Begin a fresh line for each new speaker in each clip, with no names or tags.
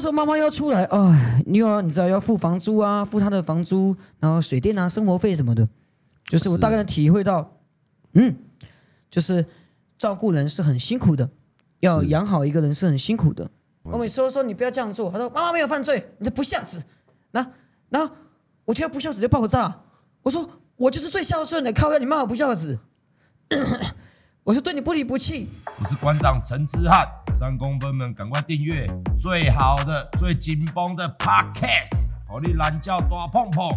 时候妈妈要出来，哎，你要你知道要付房租啊，付她的房租，然后水电啊、生活费什么的，就是我大概能体会到，嗯，就是照顾人是很辛苦的，要
是
养好一个人是很辛苦的。我每次都说你不要这样做，他说妈妈没有犯罪，你这不孝子。那那我听到不孝子就爆炸，我说我就是最孝顺的，靠，要你骂我不孝子， 我说对你不离不弃。
我是馆长陈之汉，三公分们赶快订阅最好的、最紧绷的 Podcast，好你懒觉大碰碰。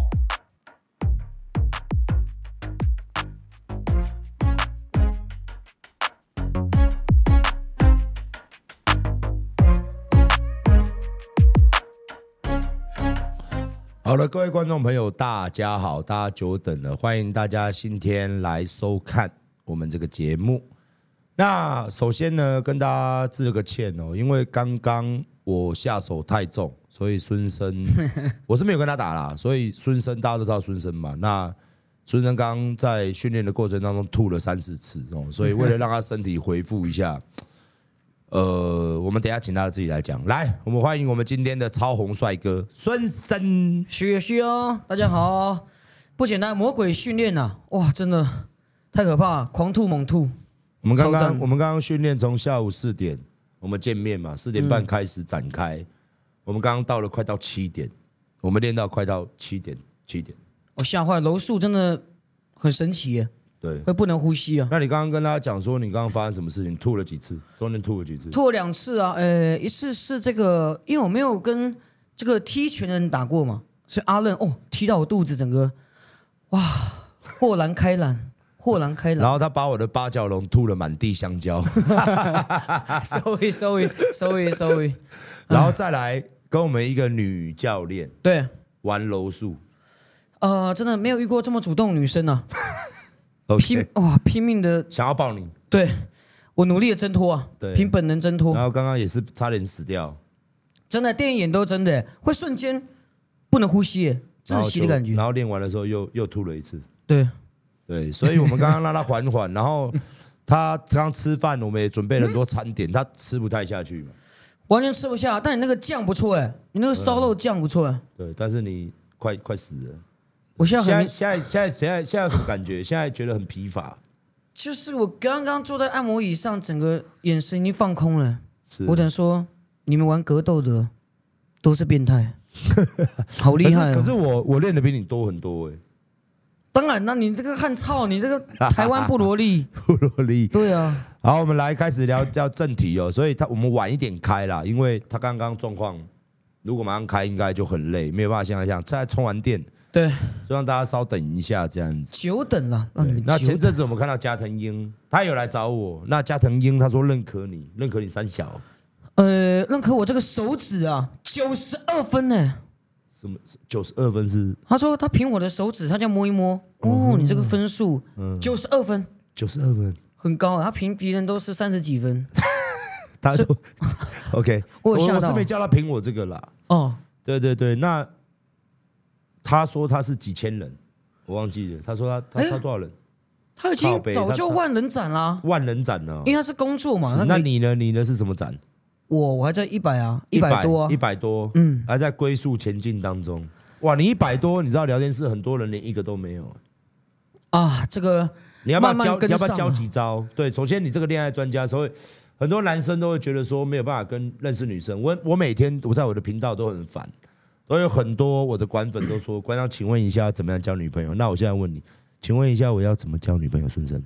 好了，各位观众朋友，大家好，大家久等了，欢迎大家今天来收看我们这个节目。那首先呢，跟大家致个歉哦，因为刚刚我下手太重，所以孙生我是没有跟他打啦，所以孙生大家都知道孙生嘛。那孙生刚刚在训练的过程当中吐了三四次哦，所以为了让他身体恢复一下，呃，我们等一下请他自己来讲。来，我们欢迎我们今天的超红帅哥孙生。
学学哦，大家好哦，不简单，魔鬼训练呐、哇，真的太可怕了，狂吐猛吐，
我们刚
超
刚
赞
我们刚刚训练从下午四点我们见面嘛，四点
嗯
半开始展开。我们刚刚到了快到七点，我们练到快到七点七点。
我吓坏了，柔术真的很神奇耶，
对，
会不能呼吸啊，
那你刚刚跟他讲说你刚刚发生什么事情？吐了几次？中间吐了几次？
吐了两次啊，呃，一次是这个，因为我没有跟这个踢拳的人打过嘛，所以阿任哦踢到我肚子，整个哇豁然开朗，豁然开
然
朗，
后他把我的八角笼吐了满地香蕉，
收一收一收一收一，
然后再来跟我们一个女教练
对，
玩柔术。
呃，真的没有遇过这么主动的女生啊，拼
OK，
哇拼命的
想要抱你，
对我努力的挣脱啊
对，
凭本能挣脱
然，后刚刚也是差点死掉，
真的电影演都真的会瞬间不能呼吸耶，
然
窒
后
息
就
的感觉
然。后练完的时候又又吐了一次。
对，
对，所以我们刚刚让他缓缓，然后他刚吃饭，我们也准备了很多餐点，他吃不太下去嘛。
完全吃不下。但你那个酱不错哎，你那个烧肉酱不错哎，
对，但是你快快死了。
我现在
现在
很
现在现在现在现在有什么感觉？现在觉得很疲乏，
就是我刚刚坐在按摩椅上，整个眼神已经放空了。
是
我等说你们玩格斗的都是变态， 好厉害
可是可是
哦！
我我练的比你多很多 哎、
当然，那你这个汉操，你这个台湾布罗 利，
布洛利。
对啊，
好，我们来开始聊聊正题哦。所以他我们晚一点开啦，因为他刚刚状况，如果马上开应该就很累，没有办法像他这样再充完电，
对，
所以让大家稍等一下这样子。
久等了，让你们
那
久
前
等。
阵嗯子我们看到加藤鹰，他有来找我。那加藤鹰他说认可你，认可你三小，
呃，认可我这个手指啊，九十二分呢。
什么九十二分是
他说他凭我的手指，他这样摸一摸，
嗯
哦，你这个分数九十二分，
九十二分，
很高啊。他评别人都是三十几分。
他说 OK，
我有吓
我
到
是没叫他评我这个啦。
哦，
对对对，那他说他是几千人，我忘记了。他说他
哎
他他多少人？
他已
靠
经
北
早就万人斩啦、
万人展呢、
因为他是工作嘛。
是
他
那
每
你呢？你呢是什么展？
我我还在一百啊，一百多、啊
一，百多，嗯
嗯，
还在龟速前进当中。哇，你一百多，你知道聊天室很多人连一个都没有。
啊，这个
你要不要
慢慢
教？
跟
你要不要
上
教
啊
几招？对，首先你这个恋爱专家，所以很多男生都会觉得说没有办法跟认识女生。我我每天我在我的频道都很烦，都有很多我的官粉都说，官长，请问一下怎么样交女朋友？那我现在问你，请问一下我要怎么交女朋友？孙生，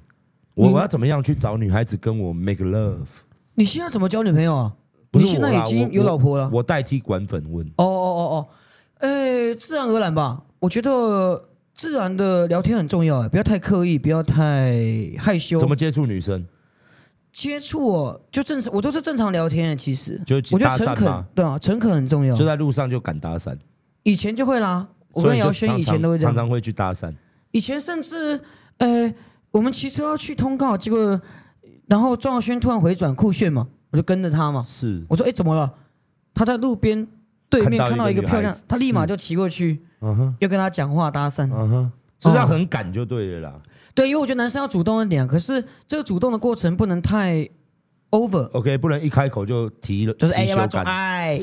我我要怎么样去找女孩子跟我 make love？
你现在怎么交女朋友啊？
不是
你现在
我啦
已经
我
有老婆了？
我代替官粉问，
哦哦哦哦，呃，自然而然吧。我觉得自然的聊天很重要，啊不要太刻意，不要太害羞。
怎么接触女生？
接触我就正常，我都是正常聊天的。其实
就
我觉
搭
得
讪
诚
嘛
恳，对啊，诚恳很重要
就。在路上就敢搭讪。
以前就会啦，我
所
跟
以
姚
就
轩
常
以前都会这
常
样。
常会去搭讪。
以前甚至呃，我们骑车要去通告，结果然后庄耀轩突然回转酷炫嘛，我就跟着他嘛。
是，
我说哎怎么了？他在路边对面
看
看
到
到
一
一
个
个
女
漂
孩
亮
子，
他立马就骑过去，
嗯哼。
要跟他讲话搭讪。
嗯哼，就是要很赶就对了啦。
对，因为我觉得男生要主动一点，可是这个主动的过程不能太 over，
OK，不能一开口就提了，
就是哎
提
要不要
修
做
改
爱？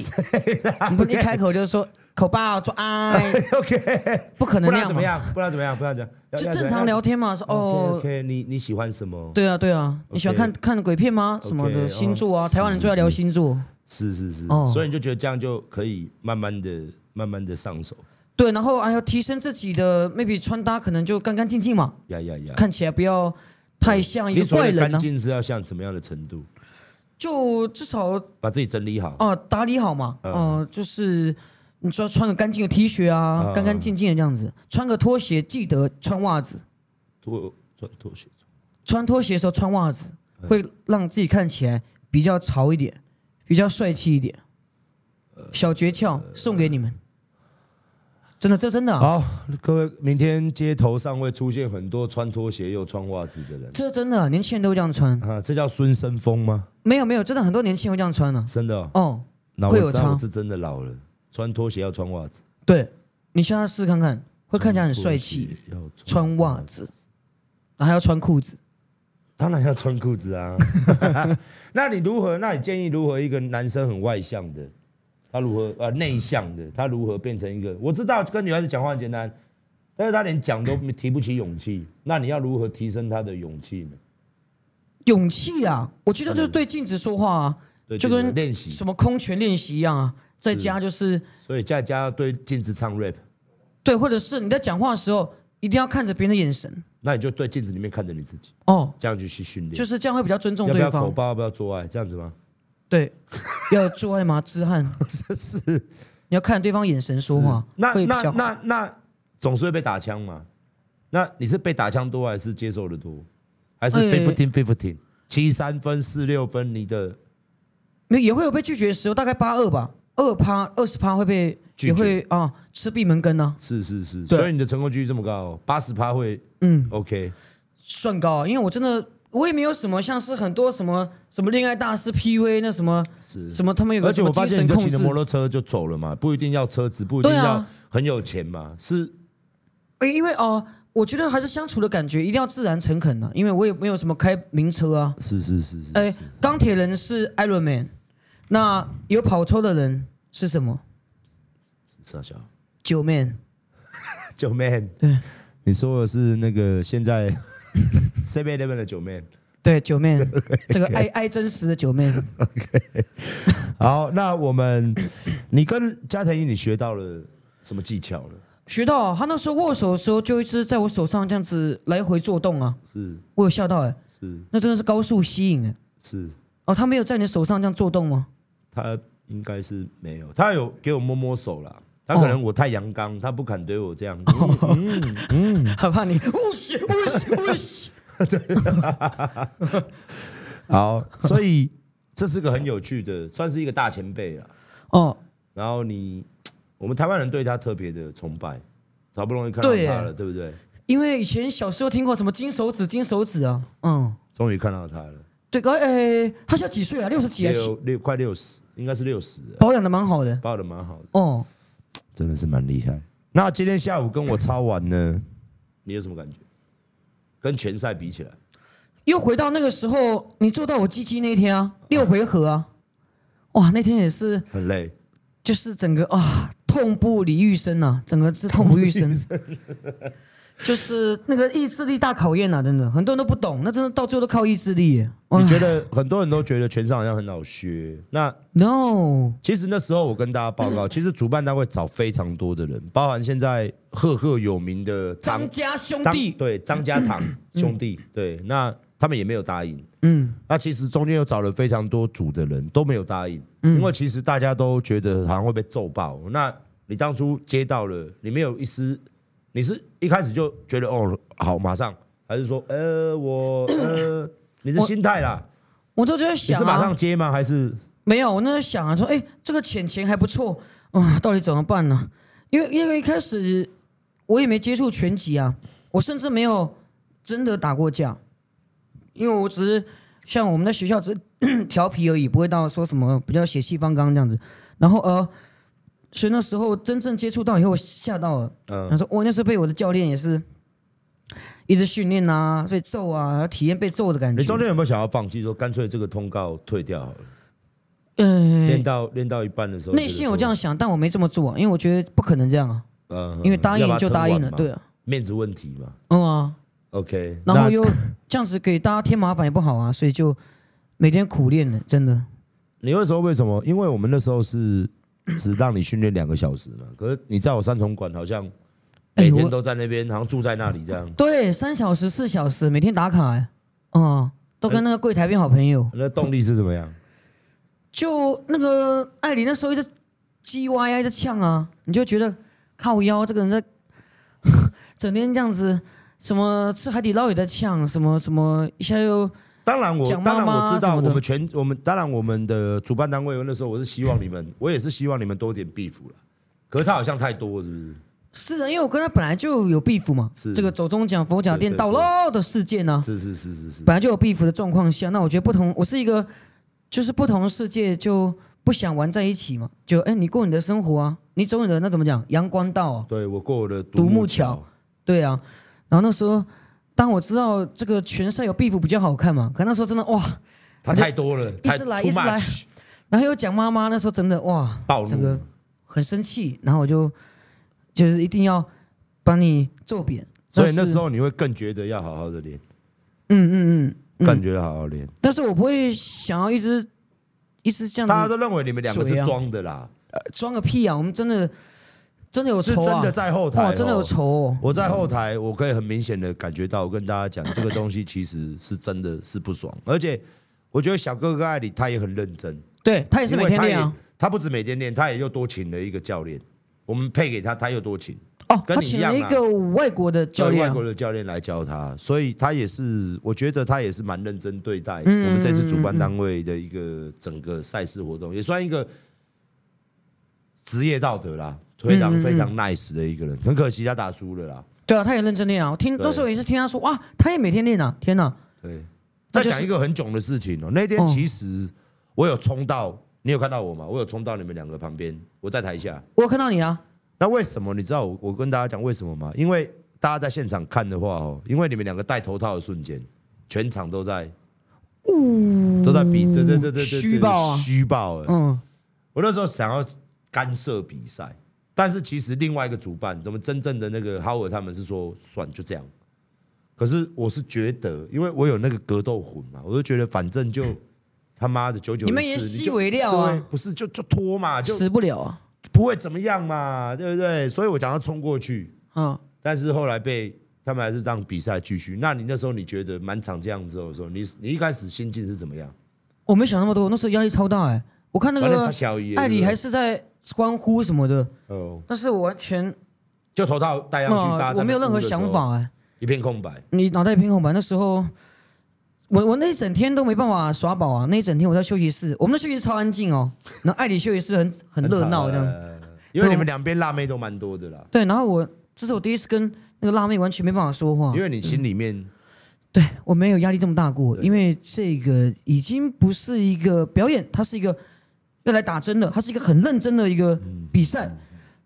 你不能一开口就说口爆做 爱，
OK，
不可能那
不然
样
怎
嘛，
么样？不然怎么样？不然怎么样？
就正常聊天嘛。说
哦。
哦，
OK，你你喜欢什么？
对啊对啊，你喜欢
OK
看看鬼片吗？什么
OK，
的
哦
星座啊，台湾人最爱
是是
聊星座。
是是是，
哦
所以你就觉得这样就可以慢慢的、慢慢的上手。
对，然后还要提升自己的 maybe 穿搭，可能就干干净净嘛，
呀呀呀！
看起来不要太像一
你
个
所
怪
谓的
人呢、
干净是要像怎么样的程度？
就至少
把自己整理好。
啊、打理好嘛，呃，就是你只要穿个干净的 T 恤啊，
嗯
干干净净的这样子，穿个拖鞋记得穿袜子，
脱穿脱鞋，
穿拖鞋的时候穿袜子，会让自己看起来比较潮一点，比较帅气一点。小诀窍送给你们，真的，这真的、啊，
好，各位，明天街头上会出现很多穿拖鞋又穿袜子的人
这真的啊、年轻人都会这样穿，
啊，这叫孙生风吗？
没有没有，真的很多年轻人会这样穿呢、
真的、哦，
哦，
那
会有
我那我
差
是真的老了，穿拖鞋要穿袜子，
对你下次试看看，会看起来很帅
拖
气。
鞋要穿，
穿袜子，然后还要穿裤子。
当然要穿裤 子啊。那你如何？那你建议如何一个男生很外向的，他如何呃内向的，他如何变成一个？我知道跟女孩子讲话很简单，但是他连讲都提不起勇气。那你要如何提升他的勇气呢？
勇气啊，我觉得就是对镜子说话啊，
对，
就跟
练习，
什么空拳练习一样啊，在家就是
所以在家对镜子唱 rap，
对，或者是你在讲话的时候一定要看着别人的眼神
那你就对镜子里面看着你自己，
哦，
这样就去训练。
就是这样会比较尊重
要不要
对
口
方。
爆？要不要做爱？这样子吗？
对，要做爱吗？痴汉，
是
你要看对方眼神说话，
那
会比
那
较好。
那那总是会被打枪嘛？那你是被打枪多还是接受的多？还是
哎
fifteen fifteen 七三分四六分？你的
没有也会有被拒绝的时候，大概八二吧，二趴二十趴会被也
拒绝
会啊吃闭门羹啊呢、
是是是，
对
所以你的成功几率这么高，八十趴会
嗯
OK
算高啊，因为我真的我也没有什么像是很多什么什么恋爱大师 PUA 那什么
是。
什么，他们有
而
个什
且我
么
发
精
现
神
你就
控
骑
制
着。摩托车就走了嘛，不一定要车子，不一定
对啊
要很有钱嘛，是
诶因为哦、呃我觉得还是相处的感觉一定要自然诚恳啊，因为我也没有什么开名车啊。
是是是是，
哎，钢铁人是 Iron Man，那有跑车的人是什么？
傻笑。
九 Man。
九 man，
对
你说的是那个现在 Seven Eleven 的九 man。
对，九 Man，这个爱爱真实的九 Man。
好，那我们， 你跟加藤鹰，你学到了什么技巧了？
学到、啊、他那时候握手的时候，就一直在我手上这样子来回做动啊，
是
我有吓到哎、
是
那真的是高速吸引哎、
是，
哦，他没有在你手上这样做动吗？
他应该是没有，他有给我摸摸手啦。他可能我太阳刚，他不敢对我这样。
哦
嗯
害怕你，呜嘘呜嘘呜 嘘。
好， 所以这是个很有趣的，算是一个大前辈啦。
哦，
然后你，我们台湾人对他特别的崇拜，好不容易看到
对耶
他了，对不对？
因为以前小时候听过什么金手指、金手指啊，嗯，
终于看到他了，
对，刚诶，他现在几岁啊？六十几还是
六六快六十，应该是六十了，
保养的蛮好的
抱的蛮好的。
哦。
真的是蛮厉害。那今天下午跟我操完呢，你有什么感觉？跟前赛比起来，
又回到那个时候，你做到我鸡鸡那一天啊，六回合啊，哇，那天也是，
很累，
就是整个啊，痛不理喻生啊，整个是痛不欲生，就是那个意志力大考验啊，真的，很多人都不懂，那真的到最后都靠意志力耶。哇
你觉得很多人都觉得拳上好像很好学。那
No，
其实那时候我跟大家报告，其实主办单位找非常多的人，包含现在赫赫有名的
张家兄
张
弟，
对张家堂兄弟，对，那他们也没有答应。
嗯，
那其实中间又找了非常多组的人都没有答应，
嗯
因为其实大家都觉得好像会被揍爆。那你当初接到了，你没有一丝，你是一开始就觉得哦好马上，还是说呃我 呃你是心态啦，
我就觉得
你
想
是马
啊
上，接吗？还是
没有，我那时候想啊，说，哎，这个钱钱还不错啊，到底怎么办呢？因为因为一开始我也没接触拳击啊，我甚至没有真的打过架，因为我只是像我们在学校只是 调皮而已，不会到说什么比较血气方刚这样子。然后呃，所以那时候真正接触到以后，我吓到了。
嗯
他说，我那时候被我的教练也是一直训练啊，被揍啊，体验被揍的感觉。
你中间有没有想要放弃，说干脆这个通告退掉好了？
呃
练，到练到一半的时候，
内心有这样想，但我没这么做、啊，因为我觉得不可能这样啊，
觉得说，嗯
因为答应就答应了，，
要把它撑完
对
嘛
啊，
面子问题嘛。
嗯啊，
OK，
然后
那
又这样子给大家添麻烦也不好啊，所以就每天苦练了，真的。
你那时候为什么？因为我们那时候是只让你训练两个小时嘛，可是你在我三重馆好像
哎
每
我
天都在那边，好像住在那里这样。
对，三小时、四小时，每天打卡、欸，嗯，都跟那个柜台变好朋友。
那动力是怎么样？
就那个艾琳那时候一直叽歪啊，一直呛啊，你就觉得靠腰这个人在 整天这样子，什么吃海底捞也在呛，什么什么一下又
当然我，
讲妈
当
妈
然我知道，
什么的
我们全我们当然我们的主办单位那时候我是希望你们，我也是希望你们多点 beef 了。可是他好像太多，是不是？
是的，因为我跟他本来就有 beef 嘛
是，
这个走中奖、佛奖
对
店
对
倒喽的事件呢、
是是是是是。
本来就有 beef 的状况下，那我觉得不同，我是一个就是不同世界就不想玩在一起嘛，就哎你过你的生活啊，你走你的那怎么讲阳光道啊，
对我过我的
独
木
木桥，对啊，然后那时候，当我知道这个拳赛有 beef 比较好看嘛，可那时候真的哇，
他太多了，
一
太
直来
too
一直来
much
然后又讲妈妈，那时候真的哇，
暴
整个
怒。
很生气，然后我就就是一定要把你揍扁。
所以那
但是
时，候你会更觉得要好好的练，
嗯嗯嗯，
更觉得好好练。
但是我不会想要一直一直这样
大家
子
都认为你们两个
嘴
是
啊
装的啦，
装个屁啊！我们真的真的有
是
仇
真
啊！
的在后台
哇，
哦，
真的有仇、哦。
我在后台，我可以很明显的感觉到，我跟大家讲，这个东西其实是真的是不爽，而且我觉得小哥哥艾里他也很认真，
对他也
也
是每天练啊。
他不止每天练，他也又多请了一个教练，我们配给他，他又多请，
哦，
跟
他
你
请
一样
了一
啊
个外国的教
对
练
外
啊、
国的教练来教他，所以他也是，我觉得他也是蛮认真对待我
嗯
们这次主办单位的一个整个赛事活动，也算一个职业道德啦，非常非常 nice 的一个人，很可惜他打输了啦。
对啊，他也认真练啊。我听
对
那时候也是听他说，哇，他也每天练啊，天哪！
对，
那
再
就是
讲一个很囧的事情哦、那天其实我有冲到，你有看到我吗？我有冲到你们两个旁边，我在台下。
我有看到你啊，
那为什么？你知道我我跟大家讲为什么吗？因为大家在现场看的话哦、因为你们两个戴头套的瞬间，全场都在，都在比，对对对对对对，
虚报啊
虚报了。
嗯，
我那时候想要干涉比赛，但是其实另外一个主办，我们真正的那个哈尔他们是说算就这样。可是我是觉得，因为我有那个格斗魂嘛，我就觉得反正就他妈的九九，
你们也习为料啊
对不是就就拖嘛，就
死不了啊，
不会怎么样嘛，对不对？所以我想要冲过去，
嗯，
但是后来被他们还是让比赛继续。那你那时候你觉得满场这样子的时候，你你一开始心境是怎么样？
我没想那么多，那时候压力超大哎、我看那
反正差
个
小一而已，
艾里还
是
是在欢呼什么的，
哦，
但是我完全
就头套戴上哎去，大家
啊、
在
我没有
那
任
哭
何
的时候
想法哎、
一片空白。
你脑袋一片空白。那时候我我那一整天都没办法耍宝啊，那一整天我在休息室，我们的休息室超安静哦，然后艾里休息室很很热闹这样，
样。呃因为你们两边辣妹都蛮多的啦，
对，然后我这是我第一次跟那个辣妹完全没办法说话，
因为你心里面
对我没有压力这么大过，因为这个已经不是一个表演，它是一个要来打针的，它是一个很认真的一个
嗯
比赛。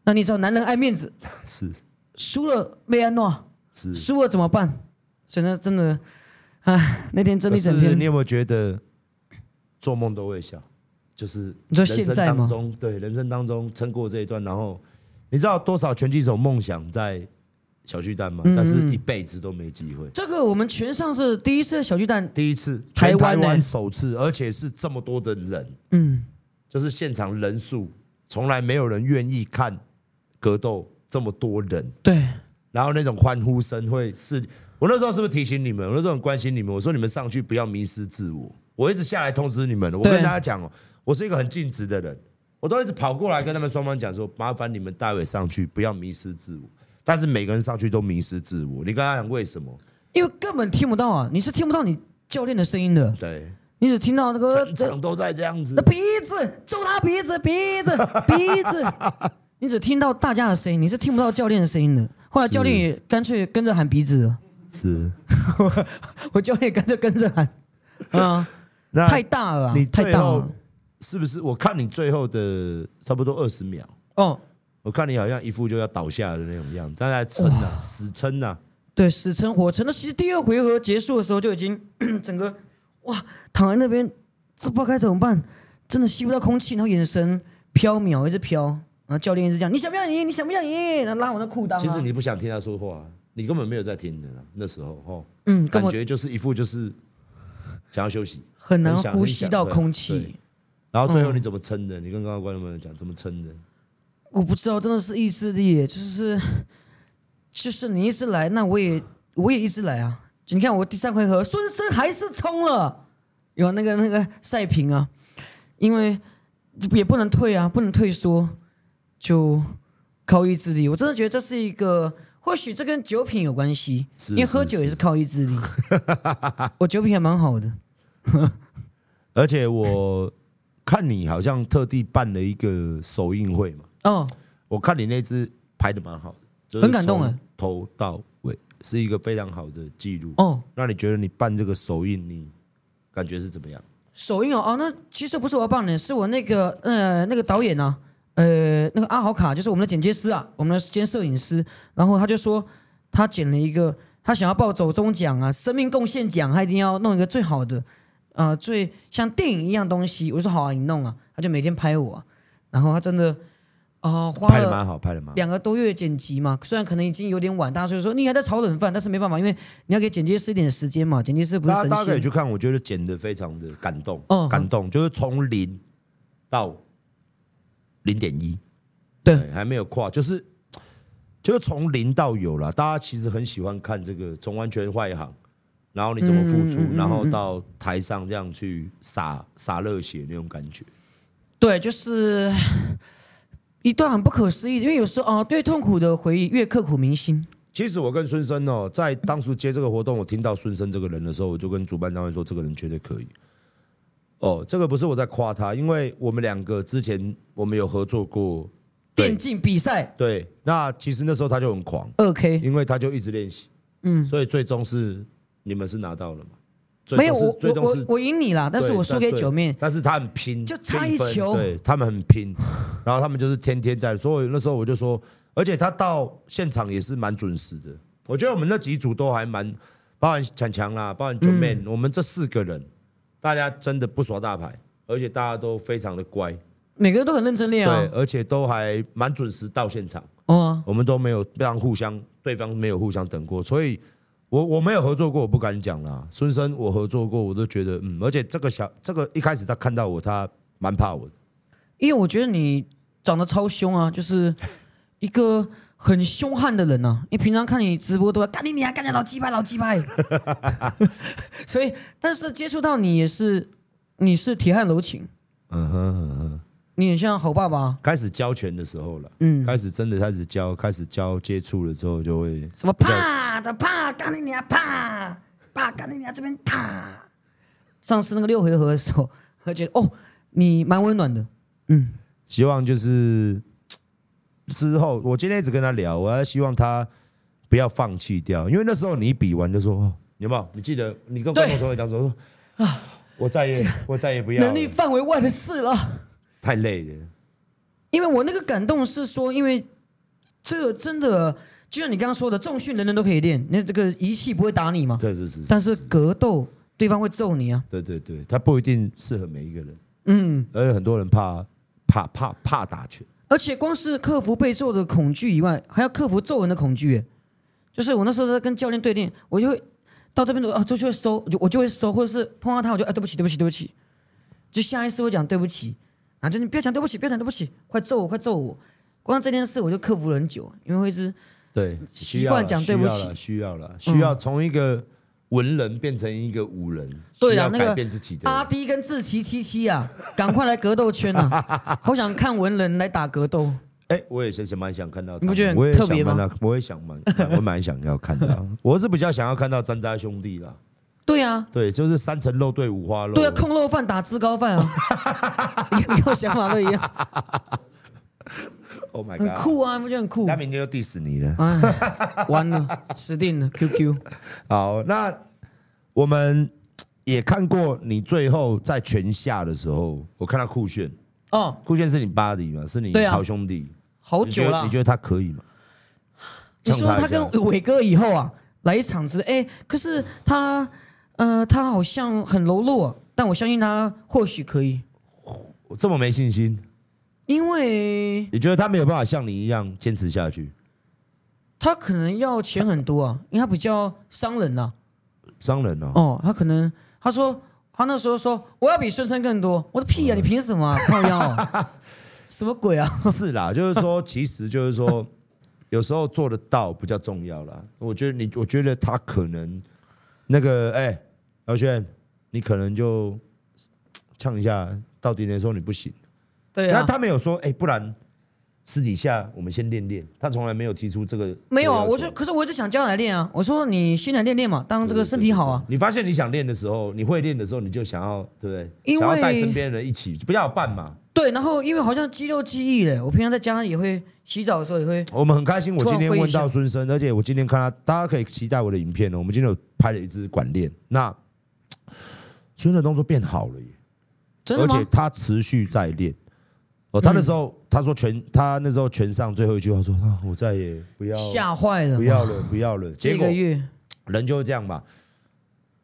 那你知道男人爱面子，
是
输了被安诺，啊
是，
输了怎么办？所以呢，真的，唉，那天真的一整
可是你
天，
有没有觉得做梦都会笑？就是
你说
人生
现在吗
当中，对人生当中撑过这一段，然后你知道多少拳击手梦想在小巨蛋吗？
嗯
但是一辈子都没机会。
这个我们全上是第一次的小巨蛋，
第一次，
台
全
湾
台
呢
湾首次，而且是这么多的人，
嗯，
就是现场人数，从来没有人愿意看格斗这么多人。
对，
然后那种欢呼声会是，我那时候是不是提醒你们？我那时候很关心你们，我说你们上去不要迷失自我。我一直下来通知你们，我
对
跟大家讲哦，我是一个很尽职的人，我都一直跑过来跟他们双方讲说，麻烦你们待会上去不要迷失自我。但是每个人上去都迷失自我，你跟他讲为什么？
因为根本听不到啊，你是听不到你教练的声音的，
对，
你只听到那个
整场都在这样子
那，鼻子揍他鼻子，鼻子，鼻 子。你只听到大家的声音，你是听不到教练的声音的。后来教练也干脆跟着喊鼻子了，
是
我教练干脆跟着喊， 啊，
那
太大了啊
你，
太
最
大
后
了。
是不是？我看你最后的差不多二十秒，
哦，
我看你好像一副就要倒下的那种样子，但还撑啊，死撑啊。
对，死撑活撑。那其实第二回合结束的时候就已经 整个哇躺在那边，这不知道该怎么办，真的吸不到空气，然后眼神飘渺，一直飘。然后教练一直讲：“你想不想赢？你想不想赢？”然后拉我的裤裆、啊。
其实你不想听他说话，啊你根本没有在听的啦。那时候哦，
嗯根
感
本
觉就是一副就是想要休息，
很难
很想
呼吸到空。
很想对
气。
然后最后你怎么撑的？你跟刚刚观众朋友讲怎么撑的？
我不知道，真的是意志力耶，就是就是你一直来，那我也我也一直来啊。你看我第三回合，孙生还是冲了，有那个那个赛评啊，因为也不能退啊，不能退缩，就靠意志力。我真的觉得这是一个，或许这跟酒品有关系，
是
因为
是
喝酒也
是
是靠意志力。我酒品还蛮好的，
而且我看你好像特地办了一个首映会嘛，
哦，
我看你那支拍的蛮好的，就是
很感动
从
哎
头到尾是一个非常好的记录。
哦，
那你觉得你办这个首映，你感觉是怎么样？
首映哦，哦，那其实不是我要帮你，是我那个呃那个导演呢、呃那个阿豪卡就是我们的剪接师啊，我们的兼摄影师，然后他就说他剪了一个，他想要报走中奖啊，生命贡献奖，他一定要弄一个最好的，呃最像电影一样东西。我说好啊，你弄啊，他就每天拍我啊、然后他真的啊、呃花
拍的
了
蛮好，拍的蛮好。
两个多月剪辑嘛，虽然可能已经有点晚，大家就说你还在炒冷饭，但是没办法，因为你要给剪接师一点时间嘛，剪接师不是
大家
神
大家可以
仙
去看，我觉得剪的非常的感动，
嗯
感动就是从零到零点一，
对
哎还没有跨，就是就是从零到有了。大家其实很喜欢看这个从完全外行，然后你怎么付
嗯
出，然后到台上这样去洒洒热血那种感觉。
对，就是一段很不可思议，因为有时候哦，对痛苦的回忆越刻骨铭心。
其实我跟孙生哦，在当初接这个活动，我听到孙生这个人的时候，我就跟主办单位说，这个人绝对可以。哦，这个不是我在夸他，因为我们两个之前我们有合作过，对
电竞比赛
对，那其实那时候他就很狂，
二 K，
因为他就一直练习，嗯，所以最终是你们是拿到了嘛？最
没有
终是
我
最
我
终是
我我赢你啦，但是
对
我输给
对
九面。
但是他很拼，
就差
拼
一
分
球
对他们很 拼，然后他们就是天天在，所以那时候我就说，而且他到现场也是蛮准时的，我觉得我们那几组都还蛮，包含强强啦，包含九妹、
嗯
我们这四个人，大家真的不耍大牌，而且大家都非常的乖，
每个人都很认真练
对
啊，，
而且都还蛮准时到现场。
哦啊，
我们都没有让互相对方没有互相等过，所以我我没有合作过，我不敢讲啦。孙生我合作过，我都觉得嗯，而且这个小这个一开始他看到我，他蛮怕我的，
因为我觉得你长得超凶啊，就是一个很凶悍的人啊。因为平常看你直播都要干你你还干你老鸡巴老鸡 巴，所以但是接触到你也是你是铁汉柔情，
嗯哼嗯哼。
你很像好爸爸啊，
开始交拳的时候了，
嗯，
开始真的开始交，开始交接触了之后就会
什么啪的啪，干你娘啪，啪干你娘这边啪。上次那个六回合的时候，我觉得哦，你蛮温暖的，
希望就是嘖之后，我今天一直跟他聊，我还希望他不要放弃掉，因为那时候你一比完就说，哦、有没有？你记得你跟观众朋友讲说，说啊，我再也我再也不要了
能力范围外的事了。
太累了。
因为我那个感动是说，因为这个真的就像你刚刚说的，重训人人都可以练，那这个仪器不会打你嘛，
这是是，
但是格斗对方会揍你啊。
对对对，他不一定适合每一个人。嗯，而且很多人怕怕怕怕打拳，
而且光是克服被揍的恐惧以外，还要克服皱纹的恐惧耶。就是我那时候在跟教练对练，我就会到这边的啊，就就会收，我就我就会收，或者是碰到他，我就哎对不起，对不起，对不起，就下意识会讲对不起，啊，就你不要讲对不起，不要讲对不起，快揍我，快揍我。光这件事我就克服了很久，因为会是
对，
习惯讲对不起嗯
需要了，需要从一个文人变成一个武人，
对
需
啊
要
那个啊
改变自己的。
阿迪跟志奇七七啊，赶快来格斗圈啊！好想看文人来打格斗。
哎，我也是想蛮想看到他们，
你不觉得很
我也
特别吗
想蛮？我也想蛮， 啊我蛮想要看 到，我是比较想要看到张家兄弟啦，
对啊，
对，就是三层肉对五花肉，
对啊，控肉饭打自高饭啊， 你跟我想法都一样，
，Oh my
很
god，，
酷啊，你不觉得很酷？
他明天就 diss 你了。
哎，完了，死定了！QQ，
好，那我们也看过你最后在拳下的时候，我看到酷炫，
哦，
酷炫是你巴黎嘛，是你
对啊
好兄弟，
好
你觉
久
得
了
你。觉得他可以吗？
你说
呛
他
一下
跟伟哥以后啊，来一场子，哎，可是他呃他好像很柔弱，但我相信他或许可以，
我这么没信心，
因为
你觉得他没有办法像你一样坚持下去？
他可能要钱很多啊，因为他比较伤人呐、
商人哦，
哦，他可能他说他那时候说我要比孙生更多，我说屁啊，你凭什么、啊？靠腰、哦，什么鬼啊？
是啦，就是说，其实就是说，有时候做得到比较重要啦。我觉得你，我觉得他可能那个，哎、姚轩，你可能就呛一下，到底能说你不行？
对
那
啊，
他没有说，哎、不然私底下我们先练练。他从来没有提出这个，
没有啊，
这个要
我
求
就可是我就想叫他来练啊，我说你先来练练嘛，当这个身体好啊。
你发现你想练的时候，你会练的时候，你就想要，对不对？
因为
想要带身边的人一起，不要有伴嘛。
对，然后因为好像肌肉记忆嘞，我平常在家也会洗澡的时候也会，
我们很开心，我今天
突然
问
回想
到孙生，而且我今天看他，大家可以期待我的影片哦。我们今天有拍了一支管练，那孙的动作变好了耶，
真的
而且
吗？嗯
他持续在练。哦，他那时候、他说全，他那时候全上最后一句话说啊，我再也不要
吓坏了，
不要了不要了。结
这
果
个月
人就是这样嘛，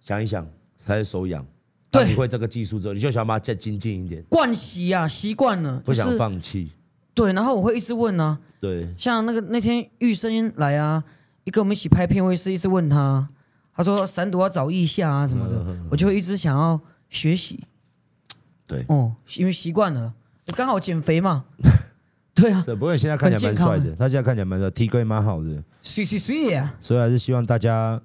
想一想，开始手痒。
对
当你会这个技术之后，你就想把它再精进一点，
惯习啊，习惯了，
不
就
想
是
放弃。
对，然后我会一直问啊，
对，
像那个那天玉生来啊，一跟我们一起拍片，我也是一直问他，他说闪躲要找意下啊什么
嗯
的，我就会一直想要学习。
对
哦，因为习惯了，刚好减肥 嘛。对啊，
这不过现在看起来蛮帅
很健
的，他现在看起来蛮帅，体格也蛮好的，
水水水啊，
所以还是希望大家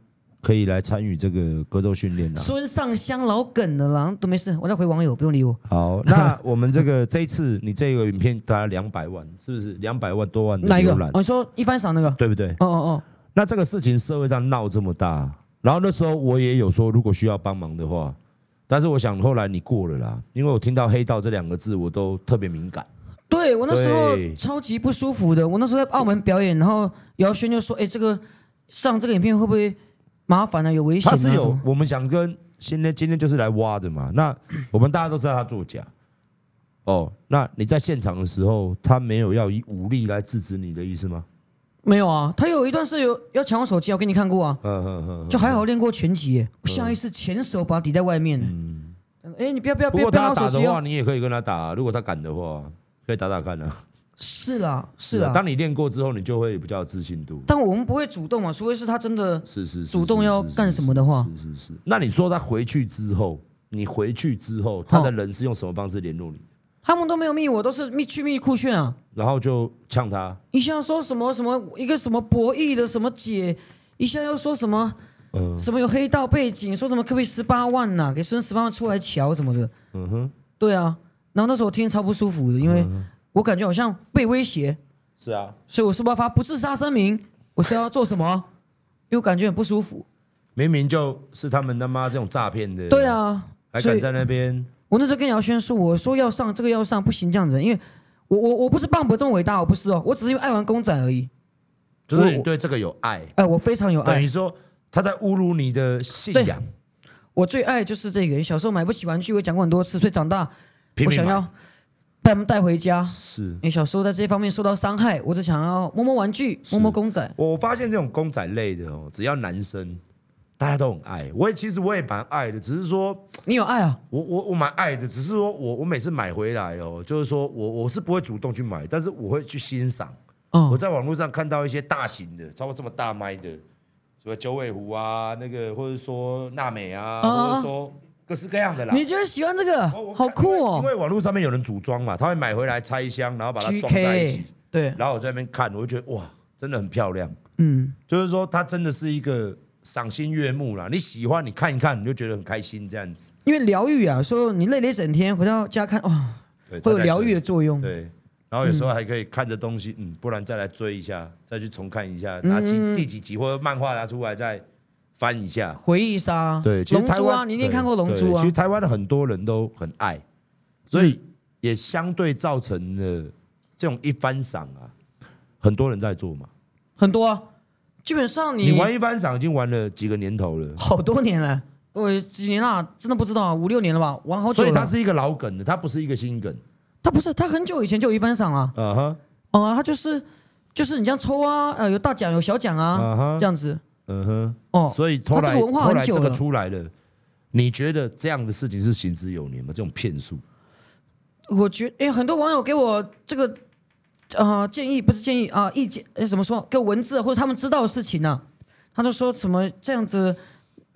可以来参与这个格斗训练啦。啊
孙尚香老梗了啦，都没事，我再回网友，不用理我。
好，那我们这个这一次你这个影片大概两百万，是不是两百万多万的
哪一个
浏览？，
我说一番赏那个。
对不对？
哦哦
那这个事情社会上闹这么大，然后那时候我也有说，如果需要帮忙的话，但是我想后来你过了啦，因为我听到“黑道”这两个字，我都特别敏感。
哦，对我那时候
对
超级不舒服的，我那时候在澳门表演，然后姚轩就说：“哎，这个上这个影片会不会麻烦啊？有危险、
他
啊？”
是
什
有
么，
我们想跟现在今天就是来挖的嘛。那 我们大家都知道他作假，哦，那你在现场的时候，他没有要以武力来制止你的意思吗？
没有啊，他有一段是有要抢我手机啊，我给你看过啊，
嗯嗯嗯。
就还好练过拳击耶，我下意识前手把他抵在外面。嗯，哎，你不要不要
不
不要
过
不要拿
他
我手
打的
机
话，
哦。
你也可以跟他打、啊如果他敢的话，可以打打看啊。
是啦是啊啦，
当你练过之后，你就会比较有自信度。
但我们不会主动嘛，除非是他真的
是是是
主动要干什么的话。
是是是。那你说他回去之后，你回去之后，他的人是用什么方式联络你？
他们都没有密我，都是密去密酷炫啊。
然后就呛他，
一下说什么什么一个什么博弈的什么姐，一下又说什么。
嗯
什么有黑道背景，说什么可不可以十八万呐、给孙十八万出来瞧什么的。
嗯哼，嗯
对啊，然后那时候我听超不舒服的，因为我感觉好像被威胁。
是啊，
所以我是不是要发不自杀声明？我是要做什么？因为我感觉很不舒服。
明明就是他们他妈这种诈骗的，
对，啊，
还
所
敢
以
在那边，
我那时候跟姚轩说，我说要上这个要上，不行这样子，因为我我我不是棒博这么伟大，我不是哦，我只是因为爱玩公仔而已。
就是你
我
对这个有爱，
哎，我非常有
等
爱
于，说他在侮辱你的信仰，
我最爱就是这个。小时候买不起玩具，我讲过很多次，所以长大
拼
我
命
想
买
要把他们带回家。
是。
因为小时候在这方面受到伤害，我只想要摸摸玩具，摸摸公仔。
我发现这种公仔类的哦，只要男生，大家都很爱。我也其实我也蛮爱的，只是说
你有爱啊？
我我我蛮爱的，只是说我我每次买回来哦，就是说我我是不会主动去买，但是我会去欣赏。我
哦，
在网络上看到一些大型的，超过这么大麦的，什么九尾狐啊，那个或者说娜美啊，
哦
或者说各式各样的啦。
你居然喜欢这个
我我，看
好酷
因为因
哦
为网络上面有人组装嘛，他会买回来拆箱，然后把它装在一
！GK，
起，
对，
然后我在那边看，我就觉得哇，真的很漂亮。
嗯。
就是说，它真的是一个赏心悦目啦。你喜欢，你看一看，你就觉得很开心，这样子。
因为疗愈啊，说你累了一整天，回到家看，哇、
对，
会有
它在
疗
这
愈的作用。
对，然后有时
嗯
候还可以看着东西，嗯，不然再来追一下，再去重看一下，
嗯
拿几第几集或者漫画拿出来再翻一下。
回忆杀，
对，其实
龙
台
珠啊，
湾
你一定看过龙珠
对对
啊
其实。台湾的很多人都很爱，所以
嗯
也相对造成了这种一番赏啊，很多人在做嘛。
很多、啊，基本上你
你玩一番赏已经玩了几个年头了。
好多年了，我几年啦、真的不知道啊，五六年了吧，玩好久
所以
了。
它是一个老梗的，它不是一个新梗。
他不是他很久以前就有一番赏啊，
啊哈，
哦、他就是就是你这样抽啊，呃，有大奖有小奖啊，
啊哈
这样子。
嗯哼，
哦，
所以后
他
来
这个文化
后来
很久
这个
了。
出来了，你觉得这样的事情是行之有年吗？这种骗术，
我觉得，哎，很多网友给我这个呃建议，不是建议啊、意见，哎，怎么说？给我文字或者他们知道的事情呢、他就说什么这样子，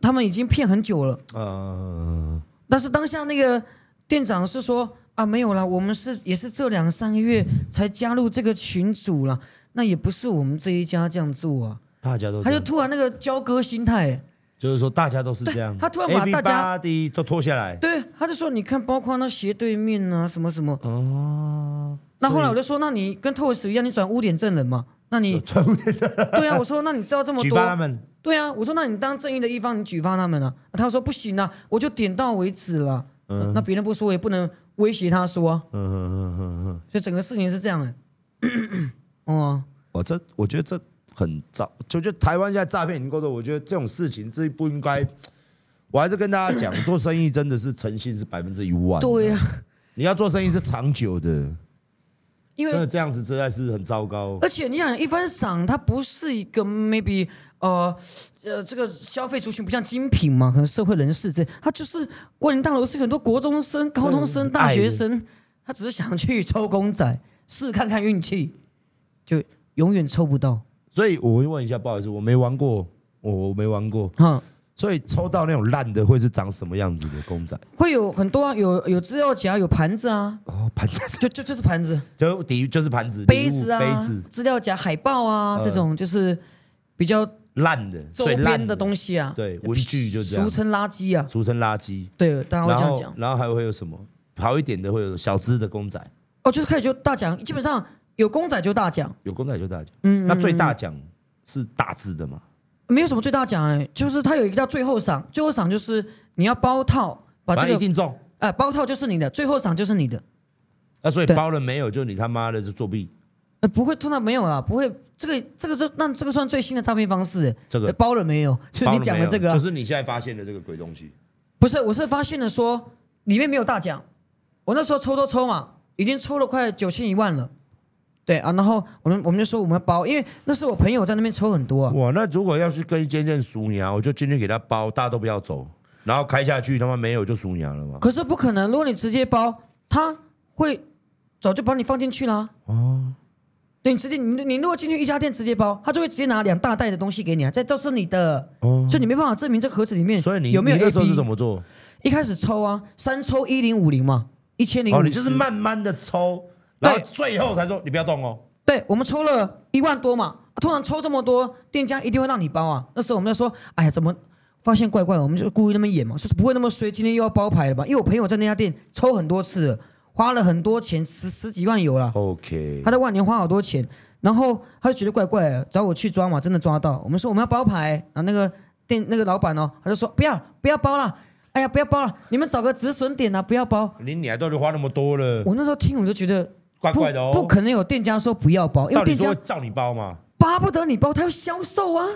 他们已经骗很久了。
呃，
但是当下那个店长是说啊，没有啦，我们是也是这两三个月才加入这个群组啦，那也不是我们这一家这样做啊。
大家都
他
哦这
就
样
突然那个交割心态、哎
就是说大家都是这样，
对他突然把大家
第一都脱下来，
对，他就说你看，包括那斜对面啊，什么什么。哦。那后来我就说，那你跟 Toys 一样，你转污点证人嘛？那 你转污点证人？对啊，我说那你知道这么
举报
多
他？们，
对啊，我说那你当正义的一方，你举发他们啊？他说不行啊，我就点到为止了。嗯。那别人不说，我也不能威胁他说啊。
嗯哼哼哼哼，
所以整个事情是这样的。 哦，
我这我觉得这很糟，就觉得台湾现在诈骗已经够多，我觉得这种事情这不应该。我还是跟大家讲，做生意真的是诚信是百分之一万，
对啊呀、
你要做生意是长久的，
因
真的
为
这样子实在是很糟糕。
而且你想，一番赏它不是一个 maybe 呃呃这个消费族群不像精品嘛，可能社会人士这，他就是关林大楼是很多国中生、高中生、大学生，他只是想去抽公仔，试看看运气，就永远抽不到。
所以我会问一下，不好意思，我没玩过，我我没玩过，
哈，
所以抽到那种烂的会是长什么样子的公仔？
会有很多、啊、有有资料夹，有盘子啊，
哦，盘子
就就就是盘子。
就底就是盘子、
杯
礼物
子啊、
杯子呃
资料夹、海报啊，这种就是比较
烂的，
周
最烂
边的东西啊，
对文具就这样
俗称垃圾啊，
俗称垃圾。
对，大家啊会
然
这样
后
讲。
然后还会有什么好一点的？会有小只的公仔，
哦，就是开始就大奖，基本上有公仔就大奖，
有公仔就大奖。嗯，那最大奖是大只的嘛？
没有什么最大奖哎，就是它有一个叫最后赏，最后赏就是你要包套，把
反
这
正一
个
定中。
哎包套就是你的，最后赏就是你的。
那所以
对
包了没有？就你他妈的就作弊。
呃，不会，通常没有啦，不会，这个这个是那这个算最新的诈骗方式哎，
这个
哎包了没有？就是
包
你
了
讲
没
的
有
这个啊
就，是你现在发现的这个鬼东西。
不是，我是发现了说里面没有大奖，我那时候抽都抽嘛，已经抽了快九千一万了。对啊，然后我们我们就说我们要包，因为那是我朋友在那边抽很多啊。
哇，那如果要是跟一间店熟你啊，我就今天给他包，大家都不要走，然后开下去，他妈没有就熟你啊了嘛。
可是不可能，如果你直接包，他会早就把你放进去啦。哦，对你直接你你如果进去一家店直接包，他就会直接拿两大袋的东西给你啊，这都是你的，哦、所以你没办法证明这盒子里面
所以你
嗯有没有
你那时候是
AB
怎。么做？
一开始抽啊，三抽一零五零嘛，一千零
哦，
五
你
十。
就是慢慢的抽，然后
对
最后才说你不要动哦。
对，我们抽了一万多嘛，啊通常抽这么多，店家一定会让你包啊。那时候我们就说，哎呀，怎么发现怪怪的？我们就故意那么演嘛，就是不会那么衰，今天又要包牌了吧？因为我朋友在那家店抽很多次了，花了很多钱，十十几万有了，
OK，
他在万年花好多钱，然后他就觉得怪怪的，找我去抓嘛，真的抓到。我们说我们要包牌，然后那个店那个老板哦，他就说不要不要包了，哎呀不要包了，你们找个止损点啊，不要包。
你你还到底花那么多了，
我那时候听我就觉得。
怪
不
怪的哦。
不可能有店家说不要包，因
照
为
理
店家
说照你包嘛，
巴不得你包，他要销售啊，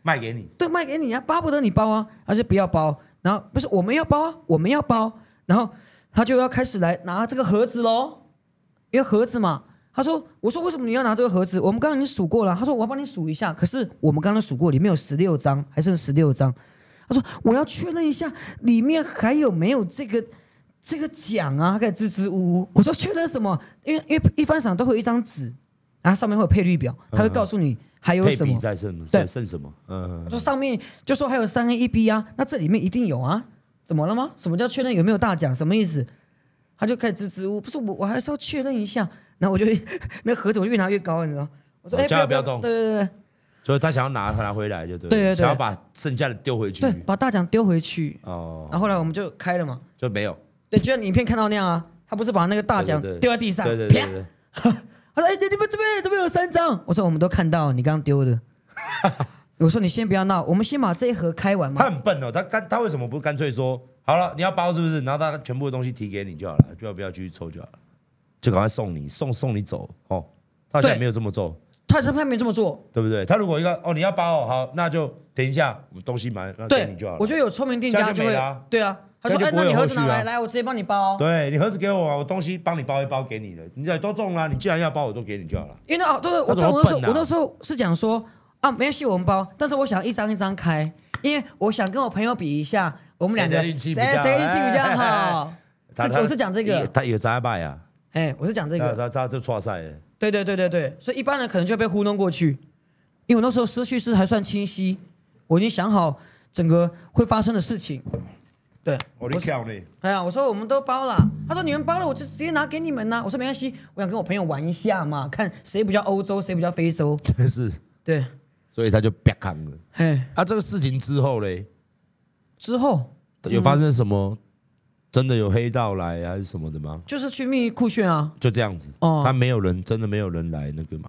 卖给你。
对，卖给你啊，巴不得你包啊，而且不要包，然后不是我们要包啊，我们要包，然后他就要开始来拿这个盒子喽，因为盒子嘛，他说，我说为什么你要拿这个盒子？我们刚刚已经数过了，他说我要帮你数一下，可是我们刚刚数过里面有十六张，还剩十六张，他说我要确认一下里面还有没有这个。这个奖啊，他开始支支吾吾。我说确认什么？因为因为一番赏都会有一张纸，然后上面会有配率表，他会告诉你还有
配
什么
比。在剩
对
剩什么？嗯，
就上面就说还有三 A 一 B 啊，那这里面一定有啊，怎么了吗？什么叫确认有没有大奖？什么意思？他就开始支支吾吾，不是我，我还是要确认一下。然后我就 那个盒子我就越拿越高，你知道吗？我说
哦
哎、
叫他
不
不要动
对对
所以他想要拿拿回来就对了，
对对对
想要把剩下的丢回去
对，对，把大奖丢回去。
哦，
然后后来我们就开了嘛，
就没有
对，就像你影片看到那样啊，他不是把那个大奖
对对对
丢在地上，
对对
啊啪
对对，对
他说：“哎、你你们这边这边有三张。”我说：“我们都看到你刚刚丢 的。”我说：“你先不要闹，我们先把这一盒开完
他
嘛。
很笨哦，他干他为什么不干脆说好了，你要包是不是？然后他全部的东西提给你就好了，就要不要继续抽就好了，就赶快送你送送你走哦。他好像
对
没有这么做，”
他是他没这么做，
对不对？他如果一个哦你要包哦好，那就等一下我们东西买那给
对
你就好了，。
我觉得有聪明店家
这样就
会
没了啊，
对啊，他说：“
这
哎
样，就不
那
会有
你盒子
后续
拿
啊
来，来，我直接帮你包。”
对你盒子给我啊，我东西帮你包一包给你了，你也都中了啊，你既然要包我都给你就好了。
因为那哦，对对，我
他怎么
我那时候
笨啊
我那时候是讲说啊，没有系红包，但是我想一张一张开，因为我想跟我朋友比一下，我们两个
谁的运气比较
谁谁运气比较好。
他
是我是讲这个，
他有扎败啊，
哎，我是讲这
他
个，
他他就错赛了。
对对对对对，所以一般人可能就被糊弄过去，因为我那时候思绪是还算清晰，我已经想好整个会发生的事情。对，
我的哦跳呢？
哎呀，我说我们都包了，他说你们包了，我就直接拿给你们呐、我说没关系，我想跟我朋友玩一下嘛，看谁比较欧洲，谁比较非洲。
真 是，
对，
所以他就啪扛了。
嘿，
啊，这个事情之后嘞，
之后
有发生什么？真的有黑道来啊还是什么的吗？
就是去密酷炫啊，
就这样子，
哦
他没有人，真的没有人来那个嘛？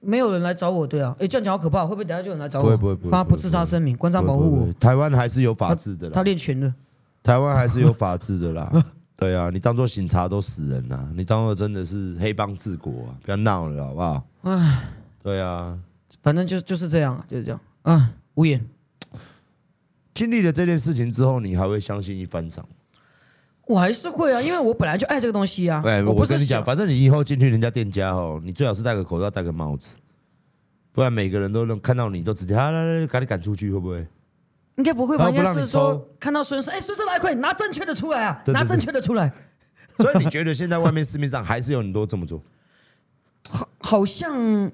没有人来找我，对啊，哎，这样讲好可怕，会不会等下就有人来找我？
不会不会不会
发
不会
不自杀声明，官
不
方
会
保
不会
护
不
我
会。台湾还是有法治的啦
他，练拳的，
台湾还是有法治的啦。对啊，你当做警察都死人呐、你当做真的是黑帮治国啊！不要闹了，好不好？唉，对啊，
反正就就是这样，就是这样啊，无言。
经历了这件事情之后，你还会相信一番赏？
我还是会啊，因为我本来就爱这个东西啊。
哎，
我不
我
是
跟你讲，
想，
反正你以后进去人家店家哦，你最好是戴个口罩，戴个帽子，不然每个人都能看到你都直接啊，来来来，赶紧赶出去，会不会？
应该不会吧？
他
应
不
该
让你
是说
抽
看到孙生，哎，孙生来，快点拿正确的出来啊，
对对
拿
对
正确的出来。
所以你觉得现在外面市面上还是有很多这么做？
好像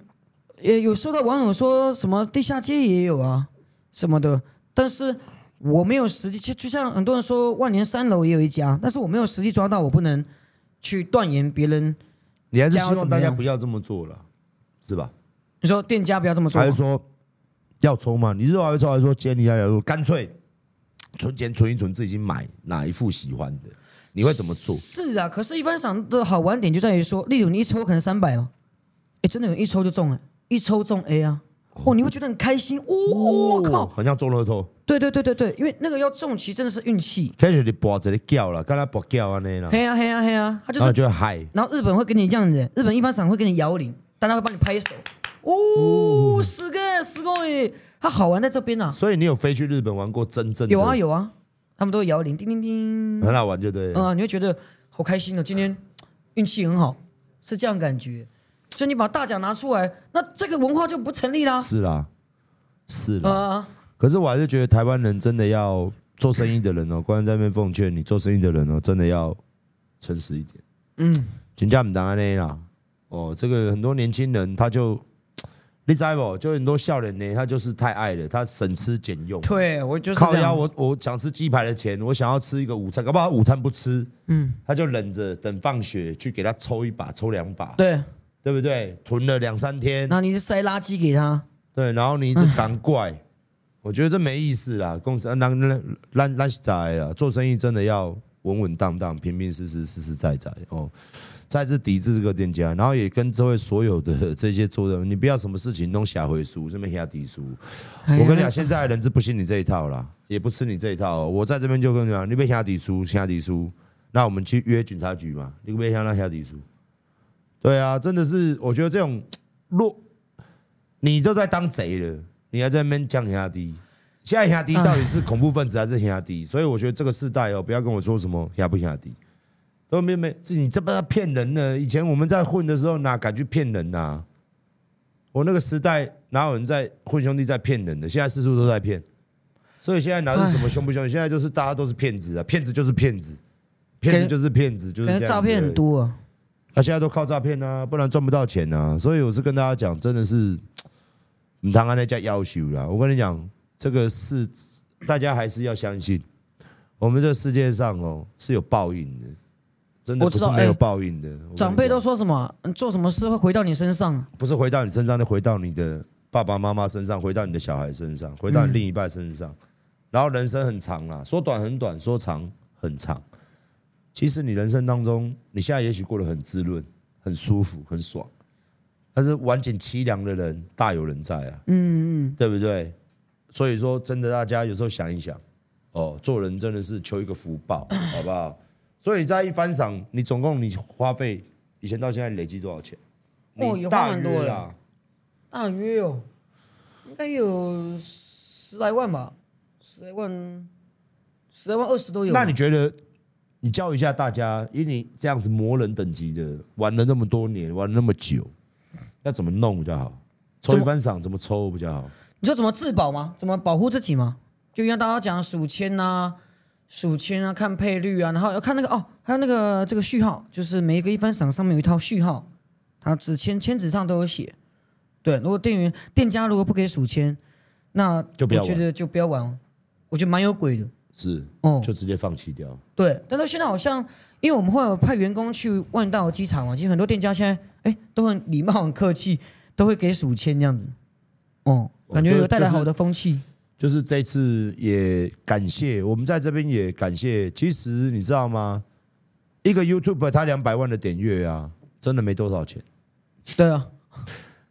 也有说到网友说什么地下街也有啊什么的，但是我没有实际，就就像很多人说万年三楼也有一家，但是我没有实际抓到，我不能去断言别人。
你还是
这样要
希
怎
望
么
大家
样
不要这么做了，是吧？
你说店家不要这么做
还，是说要抽吗？你肉还会抽，还是说今天你要抽？干脆存钱存一存，自己买哪一副喜欢的，你会怎么做？
是啊。可是一番赏的好玩点就在于说，例如你一抽可能三百嘛，哎，真的有人一抽就中了，一抽中 A 啊，哦，你会觉得很开心，哦，我、靠，
好像中乐透，
对对对对对，因为那个要中其实真的是运气，
开始你博这个叫了，刚才博叫啊那啦，
嘿呀嘿呀嘿呀，他就
然
是
后就会嗨。
然后日本会跟你这样子，日本一般赏会跟你摇铃，大家会帮你拍手。哦，十个十个耶，它好玩在这边啊。
所以你有飞去日本玩过真正的？
有啊，有啊，他们都会摇铃，叮叮叮，
很好玩，就对了。
啊、你会觉得好开心哦，今天运气很好，是这样感觉。所以你把大奖拿出来，那这个文化就不成立啦。
是啦，是啦。
啊、
可是我还是觉得台湾人真的要做生意的人
嗯
哦，官员在那边奉劝你，做生意的人哦，真的要诚实一点。嗯，请假唔当安尼啦。哦，这个很多年轻人他就，你知不？就很多笑脸呢，他就是太爱了，他省吃俭用。
对我就是
靠
这
腰，
样。
我我想吃鸡排的钱，我想要吃一个午餐，搞不好他午餐不吃，嗯，他就忍着等放学去给他抽一把、抽两把，
对，
对不对？囤了两三天，
那你就塞垃圾给他，
对，然后你一直赶怪，我觉得这没意思啦。公司呃让让让让仔啦，做生意真的要稳稳当当、平平实实、实实在在哦。再次抵制这个店家，然后也跟这位所有的这些做的，你不要什么事情弄下回书，这么下底书。
哎
我跟你讲，现在的人是不信你这一套啦，也不吃你这一套哦、我在这边就跟你讲，你被下底书，下底书，那我们去约警察局嘛，你被下那下底书。对啊，真的是，我觉得这种落你都在当贼了，你还在那边讲兄弟。现在兄弟
啊
到底是恐怖分子还是兄弟？所以我觉得这个世代哦，不要跟我说什么兄不兄弟，都没没自己这不要骗人呢。以前我们在混的时候哪敢去骗人呐、啊我那个时代哪有人在混兄弟在骗人的？现在四处都在骗，所以现在哪是什么兄不兄弟？现在就是大家都是骗子啊，骗子就是骗子，骗子就是骗子，就是
感
这
觉
样
诈骗
子而已
很多啊。
他、现在都靠诈骗啊，不然赚不到钱啊。所以我是跟大家讲，真的是，嗯你刚刚那家要求啦。我跟你讲，这个是大家还是要相信，我们这世界上哦是有报应的，真的
我
不
知
是
道
没有
哎
报应的。我跟你
长辈
讲
都说什么，嗯做什么事会回到你身上。
不是回到你身上，就回到你的爸爸妈妈身上，回到你的小孩身上，回到你另一半身上。然后人生很长啦，说短很短，说长很长。其实你人生当中，你现在也许过得很滋润、很舒服、很爽，但是晚景凄凉的人大有人在啊，嗯嗯，对不对？所以说，真的大家有时候想一想，哦，做人真的是求一个福 报，好不好？所以在一番赏，你总共你花费以前到现在累积多少钱？
哦
你
有
大
花蛮多
约啊
的
啦，
大约哦，应该有十来万吧，十来万，十来万二十都有。
那你觉得，你教一下大家，以你这样子魔人等级的，玩了那么多年，玩了那么久，要怎么弄比较好？抽一番赏怎么抽比较好？
你说怎么自保吗？怎么保护自己吗？就像大家讲数签呐、数签啊，看配率啊，然后要看那个哦，还有那个这个序号，就是每一个一番赏上面有一套序号，它纸签签纸上都有写。对，如果店员店家如果不给数签，那
就不要
我觉
玩
得就不要玩，哦我觉得蛮有鬼的。
是，
哦
就直接放弃掉。
对，但是现在好像，因为我们会有派员工去万道机场嘛，其实很多店家现在哎都很礼貌、很客气，都会给数签这样子。哦，
哦
感觉
就
有带来
就是
好的风气。
就是这次也感谢我们在这边也感谢，其实你知道吗？一个 YouTube 他两百万的点阅啊，真的没多少钱，
对啊，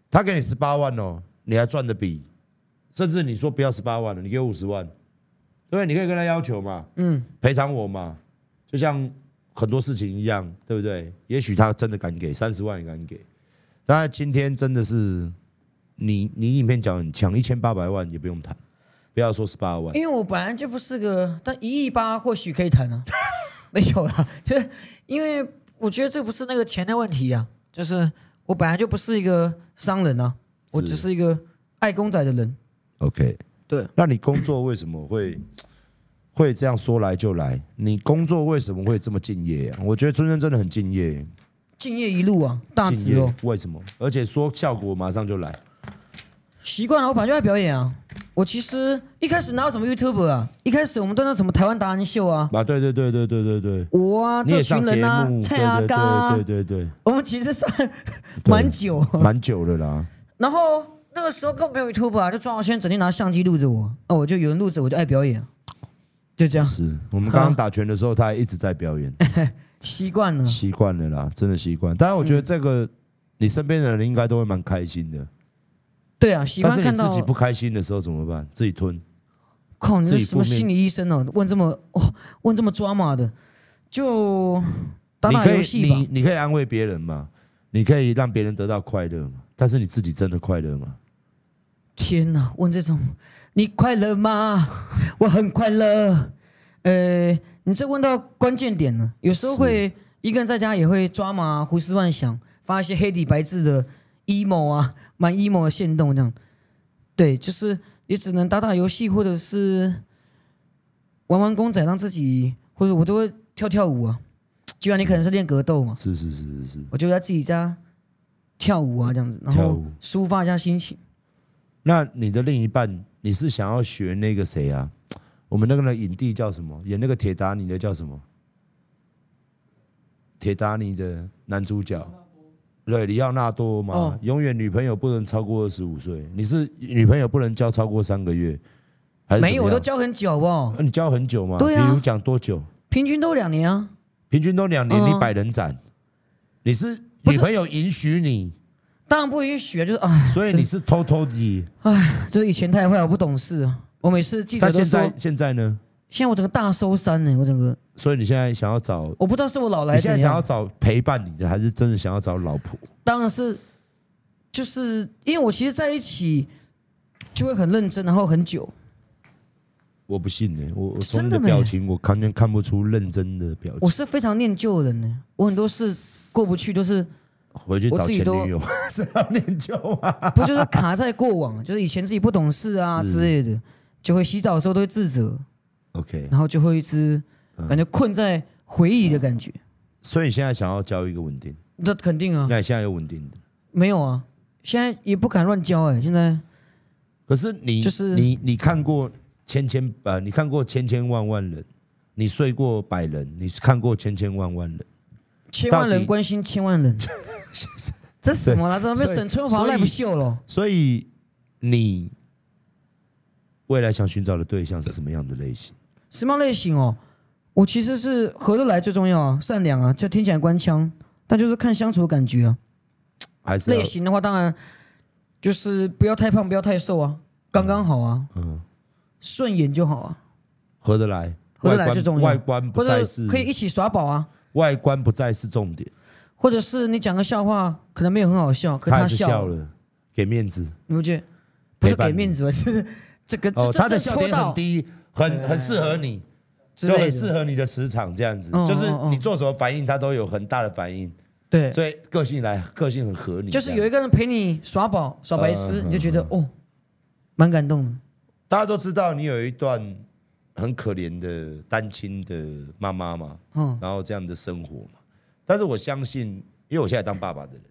他给你十八万哦，你还赚的比，甚至你说不要十八万了，你给我五十万，对不对？你可以跟他要求嘛，嗯，赔偿我嘛，就像很多事情一样，对不对？也许他真的敢给三十万也敢给，当然今天真的是你你影片讲很强，一千八百万也不用谈，不要说十八万。
因为我本来就不是个，但一亿八或许可以谈啊， 没有啦， 就是因为我觉得这不是那个钱的问题啊，就是我本来就不是一个商人啊，我
是
只是一个爱公仔的人。
OK，
对，
那你工作为什么会会这样说来就来？你工作为什么会这么敬业啊？我觉得春生真的很敬业，
敬业一路啊，大
敬
直哦
业，为什么？而且说效果马上就来，
习惯了，我本来就爱表演啊。我其实一开始哪有什么 YouTube 啊，一开始我们都那什么台湾达人秀啊，
啊！对对对对对对对，
我啊，
你
这
也上
群
节
人啊
目，，
蔡阿
对
嘎啊
对，对对
我们其实算蛮久。
对，蛮久了啦。
然后那个时候根本没有 YouTube 啊，就庄浩轩整天拿相机录着我，啊，我就有人录着我就爱表演啊，就这样
是我们刚刚打拳的时候，他还一直在 表演，
习惯了。
习惯了啦，真的习惯。当然，我觉得这
嗯
个你身边的人应该都会蛮开心的，
对啊，习
但
惯
是
看
你自
到
己。不开心的时候怎么办？自己吞。
靠，你
自
是
己
什么
负面
心理医生哦？问这么哦，问这么抓马的，就打
你
打
可以
游戏吧
你。你可以安慰别人嘛，你可以让别人得到快乐嘛，但是你自己真的快乐吗？
天哪，问这种，你快乐吗？我很快乐。呃，你这问到关键点了。有时候会一个人在家也会抓马、胡思乱想，发一些黑底白字的 emo 啊，蛮 emo 的线动这样。对，就是也只能打打游戏，或者是玩玩公仔，让自己或者我都会跳跳舞啊。就像你可能是练格斗嘛，
是是是是是。
我就在自己家跳舞啊这样子，然
跳
后
舞
抒发一下心情。
那你的另一半，你是想要学那个谁啊？我们那个人影帝叫什么？演那个铁达尼的叫什么？铁达尼的男主角，对，里奥纳多嘛。
哦
永远女朋友不能超过二十五岁。你是女朋友不能交超过三个月，还是
没有，我
怎么
都
样
教很久好不好？
啊你交很久吗？
对啊
比如讲多久？
平均都两年啊。
平均都两年，
嗯
你百人斩，你是
不
女
是
朋友允许你，
当然不允许啊，就是哎，
所以你是偷偷的。
就是以前太坏，我不懂事啊。我每次记者
但
都
现
说，
在现在呢？
现在我整个大收山呢、我整个
所以你现在想要找，
我不知道是我老来
你
还
现在
是怎
想要
样，
找陪伴你的，还是真的想要找老婆？
当然是就是因为我其实在一起就会很认真，然后很久，
我不信呢、我我从
真
你
的
的
没
表情，我完全看不出认真的表情
我。是非常念旧的人呢、我很多事过不去都 是
回去找
我自
前
己都
女友 是要念旧啊？
不就是卡在过往，就是以前自己不懂事啊
是
之类的，就会洗澡的时候都会自责，
OK，
然后就会一直
嗯
感觉困在回忆里的感觉。
所以你现在想要交一个稳定，
那肯定啊，
那你现在有稳定的，
没有啊，现在也不敢乱交哎、现在。
可是你
就是
你你看过千千呃，你看过千千万万人，你睡过百人，你看过千千万万人。
千万
到
人
底
关心千 万人，这什么啦？怎么被
所以
沈春华赖不秀了？
所以你未来想寻找的对象是什么样的类型？
什么样类型哦？我其实是合得来最重要啊，善良啊，就听起来官腔，但就是看相处的感觉啊。
还是要啊
类型的话，当然就是不要太胖，不要太瘦啊，刚刚好啊，
嗯
顺眼就好啊，
合得来？
合得来
外观
最重要
外观不
或
再
者
是
可以一起耍宝啊，
外观不再是重点，
或者是你讲个笑话，可能没有很好笑，可
他还
他
是
笑啊
笑，了，给面子。
你不觉得？不是
陪伴
给
你
面子，是这个
哦，
这
他
这这
的笑
戳
点很
到
低，很很适合你，
之
就
类
很适
的，
合你的磁场这样子，
哦
就是
哦哦
你做什么反应，他都有很大的反应。
对，
所以个性来，个性很合
嗯
理。
就是有一
个
个人陪你耍宝耍白
嗯
痴，你就觉得哦，蛮感动的。
大家都知道，你有一段很可怜的单亲的妈妈嘛，
嗯，
然后这样的生活嘛。但是我相信，因为我现在当爸爸的人，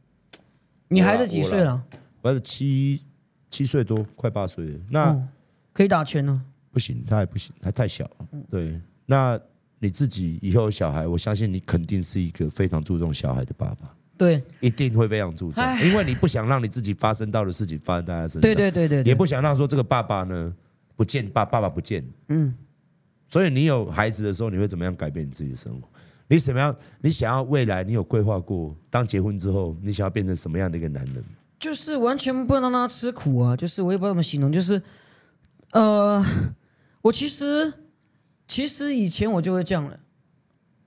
你孩子几岁了？
我是七七岁多，快八岁了，那、
哦，可以打拳哦了。
不行，他还不行，他太小了。
嗯
对，那你自己以后有小孩，我相信你肯定是一个非常注重小孩的爸爸，
对，
一定会非常注重，
唉
因为你不想让你自己发生到的事情发生在他身上，
对对对对
也
对，
不想让说这个爸爸呢不见爸爸爸不见，
嗯，
所以你有孩子的时候，你会怎么样改变你自己的生活？你怎么样？你想要未来，你有规划过？当结婚之后，你想要变成什么样的一个男人？
就是完全不能让他吃苦啊。就是我也不知道怎么形容，就是，呃，我其实其实以前我就会这样了，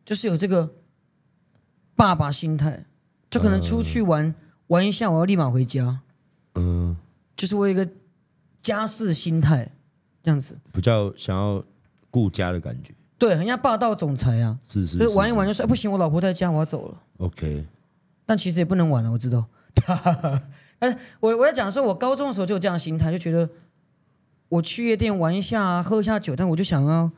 就是有这个爸爸心态，就可能出去玩、玩一下，我要立马回家，
嗯，
就是我有一个家事心态这样子。
比较想要顾家的感觉，
对，很像霸道总裁啊，
是是，
就是玩一玩
是
就说、哎不行，我老婆在家，我要走了。
OK，
但其实也不能啊玩了，我知道。 但是我我要讲说，我高中的时候就有这样的心态，就觉得我去夜店玩一下、啊，喝一下酒，但我就想要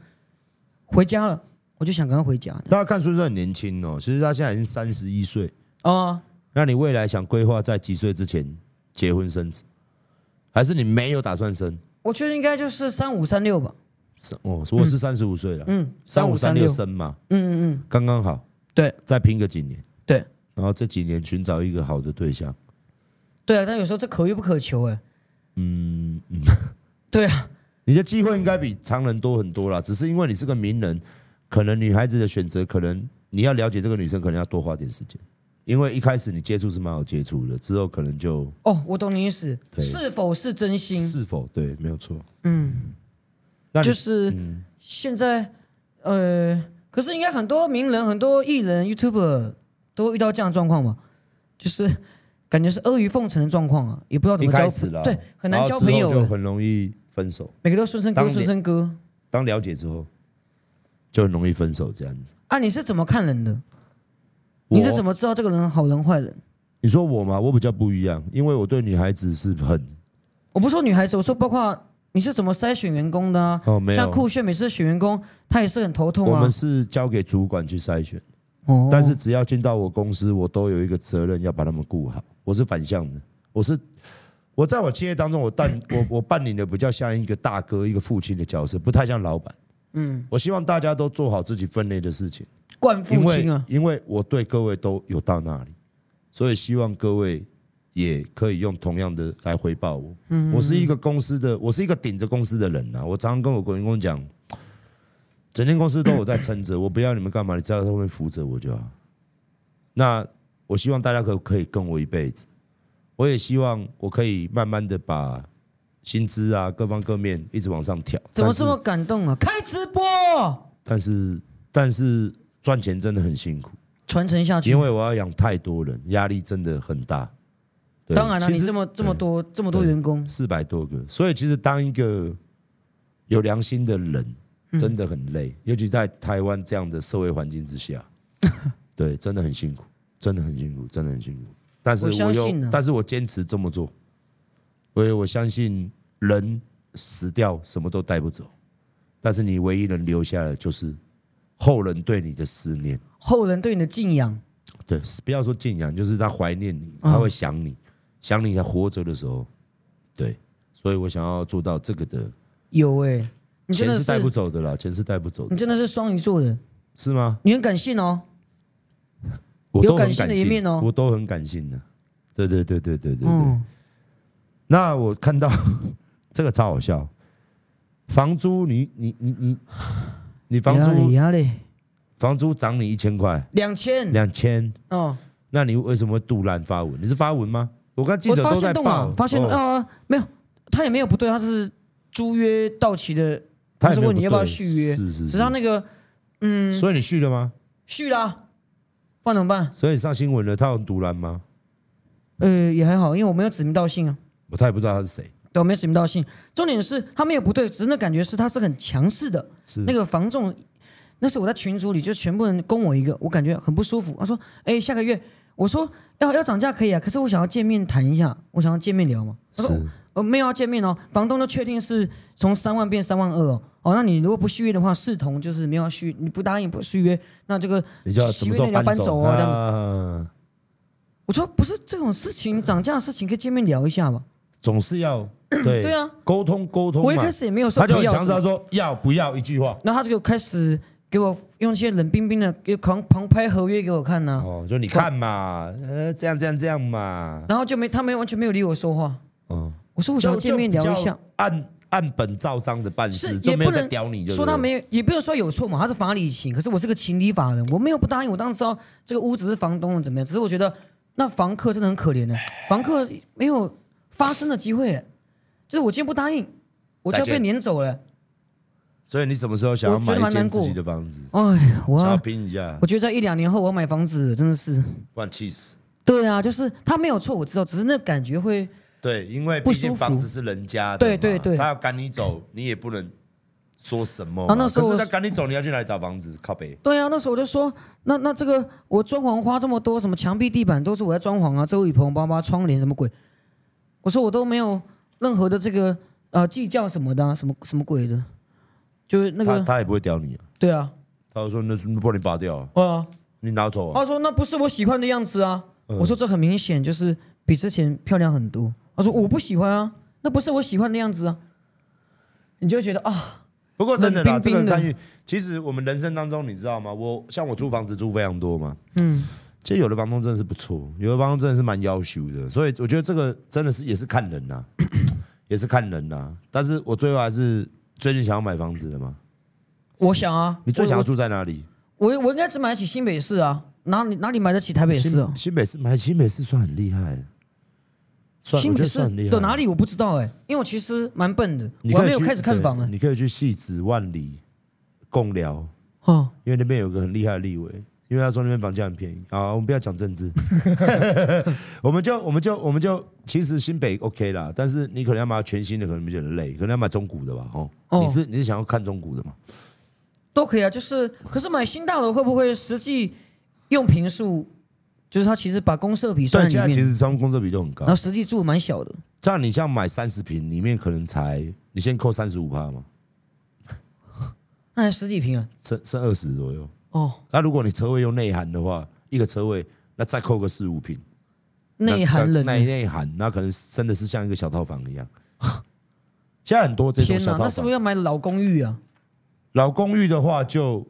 回家了，我就想赶快回家。
大家看出是很年轻哦，其实他现在已经三十一岁。
哦，
那你未来想规划在几岁之前结婚生子，还是你没有打算生？
我觉得应该就是三五三六吧。
是哦，我是三十五岁了，
嗯，
三五
五
三
六
六。生嘛，
嗯嗯嗯，
刚刚好，
对
再拼个几年，
对
然后这几年寻找一个好的对象。
对啊，但有时候这可遇不可求哎、
嗯，嗯
对啊，
你的机会应该比常人多很多啦，只是因为你是个名人，可能女孩子的选择，可能你要了解这个女生，可能要多花点时间，因为一开始你接触是蛮好接触的，之后可能就
哦，我懂你意思，
对
是否是真心？
是否对，没有错。
嗯，
那你
就是
嗯
现在，呃，可是应该很多名人、很多艺人、YouTuber 都会遇到这样的状况吧？就是感觉是阿谀奉承的状况啊，也不知道怎
一
么交
开始
朋
啦，
友，对，很难
然后
交
之后
朋友
就
的。
很容易分手。
每个都顺生
当
哥，
年
顺生哥
当了解之后，就很容易分手这样子。
啊！你是怎么看人的？你是
我
怎么知道这个人好人坏人？
你说我吗？我比较不一样，因为我对女孩子是很
我不说女孩子，我说包括你是怎么筛选员工的啊？
哦没
像
有，
酷炫每次选员工，他也是很头痛
我
啊
们。是交给主管去筛选，
哦
但是只要进到我公司，我都有一个责任要把他们顾好。我是反向的，我是我在我企业当中，我 扮我我扮演的比较像一个大哥、一个父亲的角色，不太像老板。嗯，我希望大家都做好自己分内的事情。
冠
因
父亲
为
啊，
因为我对各位都有到那里，所以希望各位也可以用同样的来回报我。
嗯
我是一个公司的，我是一个顶着公司的人呐、啊我常常跟我员工讲，整天公司都有在撑着，我不要你们干嘛，你只要在后面扶着我就好。那我希望大家可可以跟我一辈子，我也希望我可以慢慢的把薪资啊各方各面一直往上调。
怎么
但是
这么感动啊？开直播，
但是但是赚钱真的很辛苦。
传承下去
因。为我要养太多人，压力真的很大。对
当然了，
其
你
实
这么这么多这么多员工，
四百多个，所以其实当一个有良心的人，
嗯
真的很累，尤其在台湾这样的社会环境之 下，对，真的很辛苦，真的很辛苦，真的很辛苦。但是
我
我
相
又，
信啊
但是我坚持这么做，所以我相信人死掉什么都带不走，但是你唯一能留下的就是后人对你的思念。
后人对你的敬仰，
对，不要说敬仰，就是他怀念你，
嗯
他会想你，想你还活着的时候，对，所以我想要做到这个的，
有哎、你真
钱
的
是带不
是嗯
走的啦，钱是带不走
你
的，
真的是双鱼座的，
是吗？
你很感性哦。
我
有
都很
感性的一
性
面哦
我都很感性的，对对对对对对对。
嗯，
那我看到 这个超好笑，房租你你你你你房
压力
租
压力
房租涨你一千块，
两千，
两千，
哦，
那你为什么会杜烂发文？你是发文吗？我看记
我
者
发
都
现
在
动啊
报，，
发现动
哦
啊，没有，他也没有不对，他是租约到期的，
他也
是
没有
问你要不要
对
续约
是是
只
是
是他那个嗯
所以你续了吗？
续啦、不然怎么办？
所以上新闻了，他有独蓝吗？
呃，也还好，因为我没有指名道姓啊，
我他也不知道他是谁，
对，我没有指名道姓。重点是他没有不对，只是那感觉是他是很强势的，
是
那个房仲，那是我在群组里就全部人攻我一个，我感觉很不舒服。他说：“哎，下个月我说要要涨价可以啊，可是我想要见面谈一下，我想要见面聊嘛。他说
是
呃没有要见面哦，房东就确定是从三万变三万二哦。哦，那你如果不续约的话，视同就是没有要续，你不答应不续约，那这个
你就要什
七
么
月
时
内
候
你要搬
走
走哦。这样子
啊？
我说不是这种事情，涨价的事情可以见面聊一下吧。
总是 要对
对啊，
沟通沟通嘛。
我一开始也没有说
他就
不
很
要
强
什
势，啊
么
他说要不要一句话。
然后他就开始给我用一些冷冰冰的给狂狂拍合约给我看啊呐、
哦，就你看嘛，
嗯
呃，这样这样这样嘛，
然后就没他没完全没有理我说话。
嗯，
我说我想要见面聊一下，，
按按本照章的办
是
事，就
也
没
不
有再
能
屌你，就
说他没有，也不能说有错嘛，他是法理情，可是我是个情理法人，我没有不答应，我当时知道这个屋子是房东的怎么样，只是我觉得那房客真的很可怜的，啊房客没有发声的机会，就是我今天不答应，我就要
再见
被撵走了。
所以你什么时候想要
我觉
买
得
一
蛮
间
难
自
过
己的房子，
哎呀，我
想要
要
拼一下
我，觉得在一两年后我要买房子，真的是。
不然气死。
对啊，就是他没有错，我知道，只是那感觉会
对，因为
不
毕
舒
竟
服
房子是人家的
对
嘛，
对对
他要赶你走，你也不能说什么嘛。
然后那时候
可是
我
他赶你走，你要去哪里找房子？靠北。
对啊，那时候我就说，那那这个我装潢花这么多，什么墙壁、地板都是我在装潢啊，遮雨棚、包包、窗帘什么鬼，我说我都没有任何的这个呃计较什么的、啊，什么什么鬼的，就是那
他
个
他也不会屌你啊，
对啊，
他就说那是帮你拔掉啊，
啊，
你拿走啊。
他说那不是我喜欢的样子啊，
嗯
我说这很明显就是比之前漂亮很多，他说我不喜欢啊，那不是我喜欢的样子啊，你就会觉得啊，
不过真的啦，
冷冰
这
冰
个
的
干预，其实我们人生当中，你知道吗？我像我租房子租非常多嘛，
嗯，
其实有的房东真的是不错，有的房东真的是蛮要求的，所以我觉得这个真的是也是看人 呐、也是看人呐、啊但是我最后还是最近想要买房子了嘛。
我想啊，
你最
我
想要
我
住在哪里？
我我应该只买得起新北市啊，哪里哪里买得起台北市啊
新？新北市买新北市算很厉害，算
新
我
北
觉得
市
算很厉害。啊
的哪？里我不知道哎、因为我其实蛮笨的，
你
我
可
还
以
没有
去
开始看房
对
哎、
你可以去戏子万里共聊，
哦，
因为那边有个很厉害的立委，因为他说那边房价很便宜啊。我们不要 讲政治，我们就我们就我们就其实新北 OK 啦，但是你可能要买全新的，可能有点累，可能要买中古的吧，哦。
哦
你是你是想要看中古的吗？
都可以啊，就是可是买新大楼会不会实际用平数，就是它其实把公社比
所
算
以
在
现在
里
其
面，哦
实他们工作比都很高
然后，实际住蛮小的，
这样你像买三十平，里面可能才你先扣三十五趴嘛，
那才十几平啊，
剩剩二十左右。
哦，
那如果你车位用内涵的话，一个车位那再扣个四五平，那
内涵人
那内内涵，那可能真的是像一个小套房一样。现在很多这种
天
小
哪，
套
那
房，
是不是要买老公寓啊？
老公寓的话就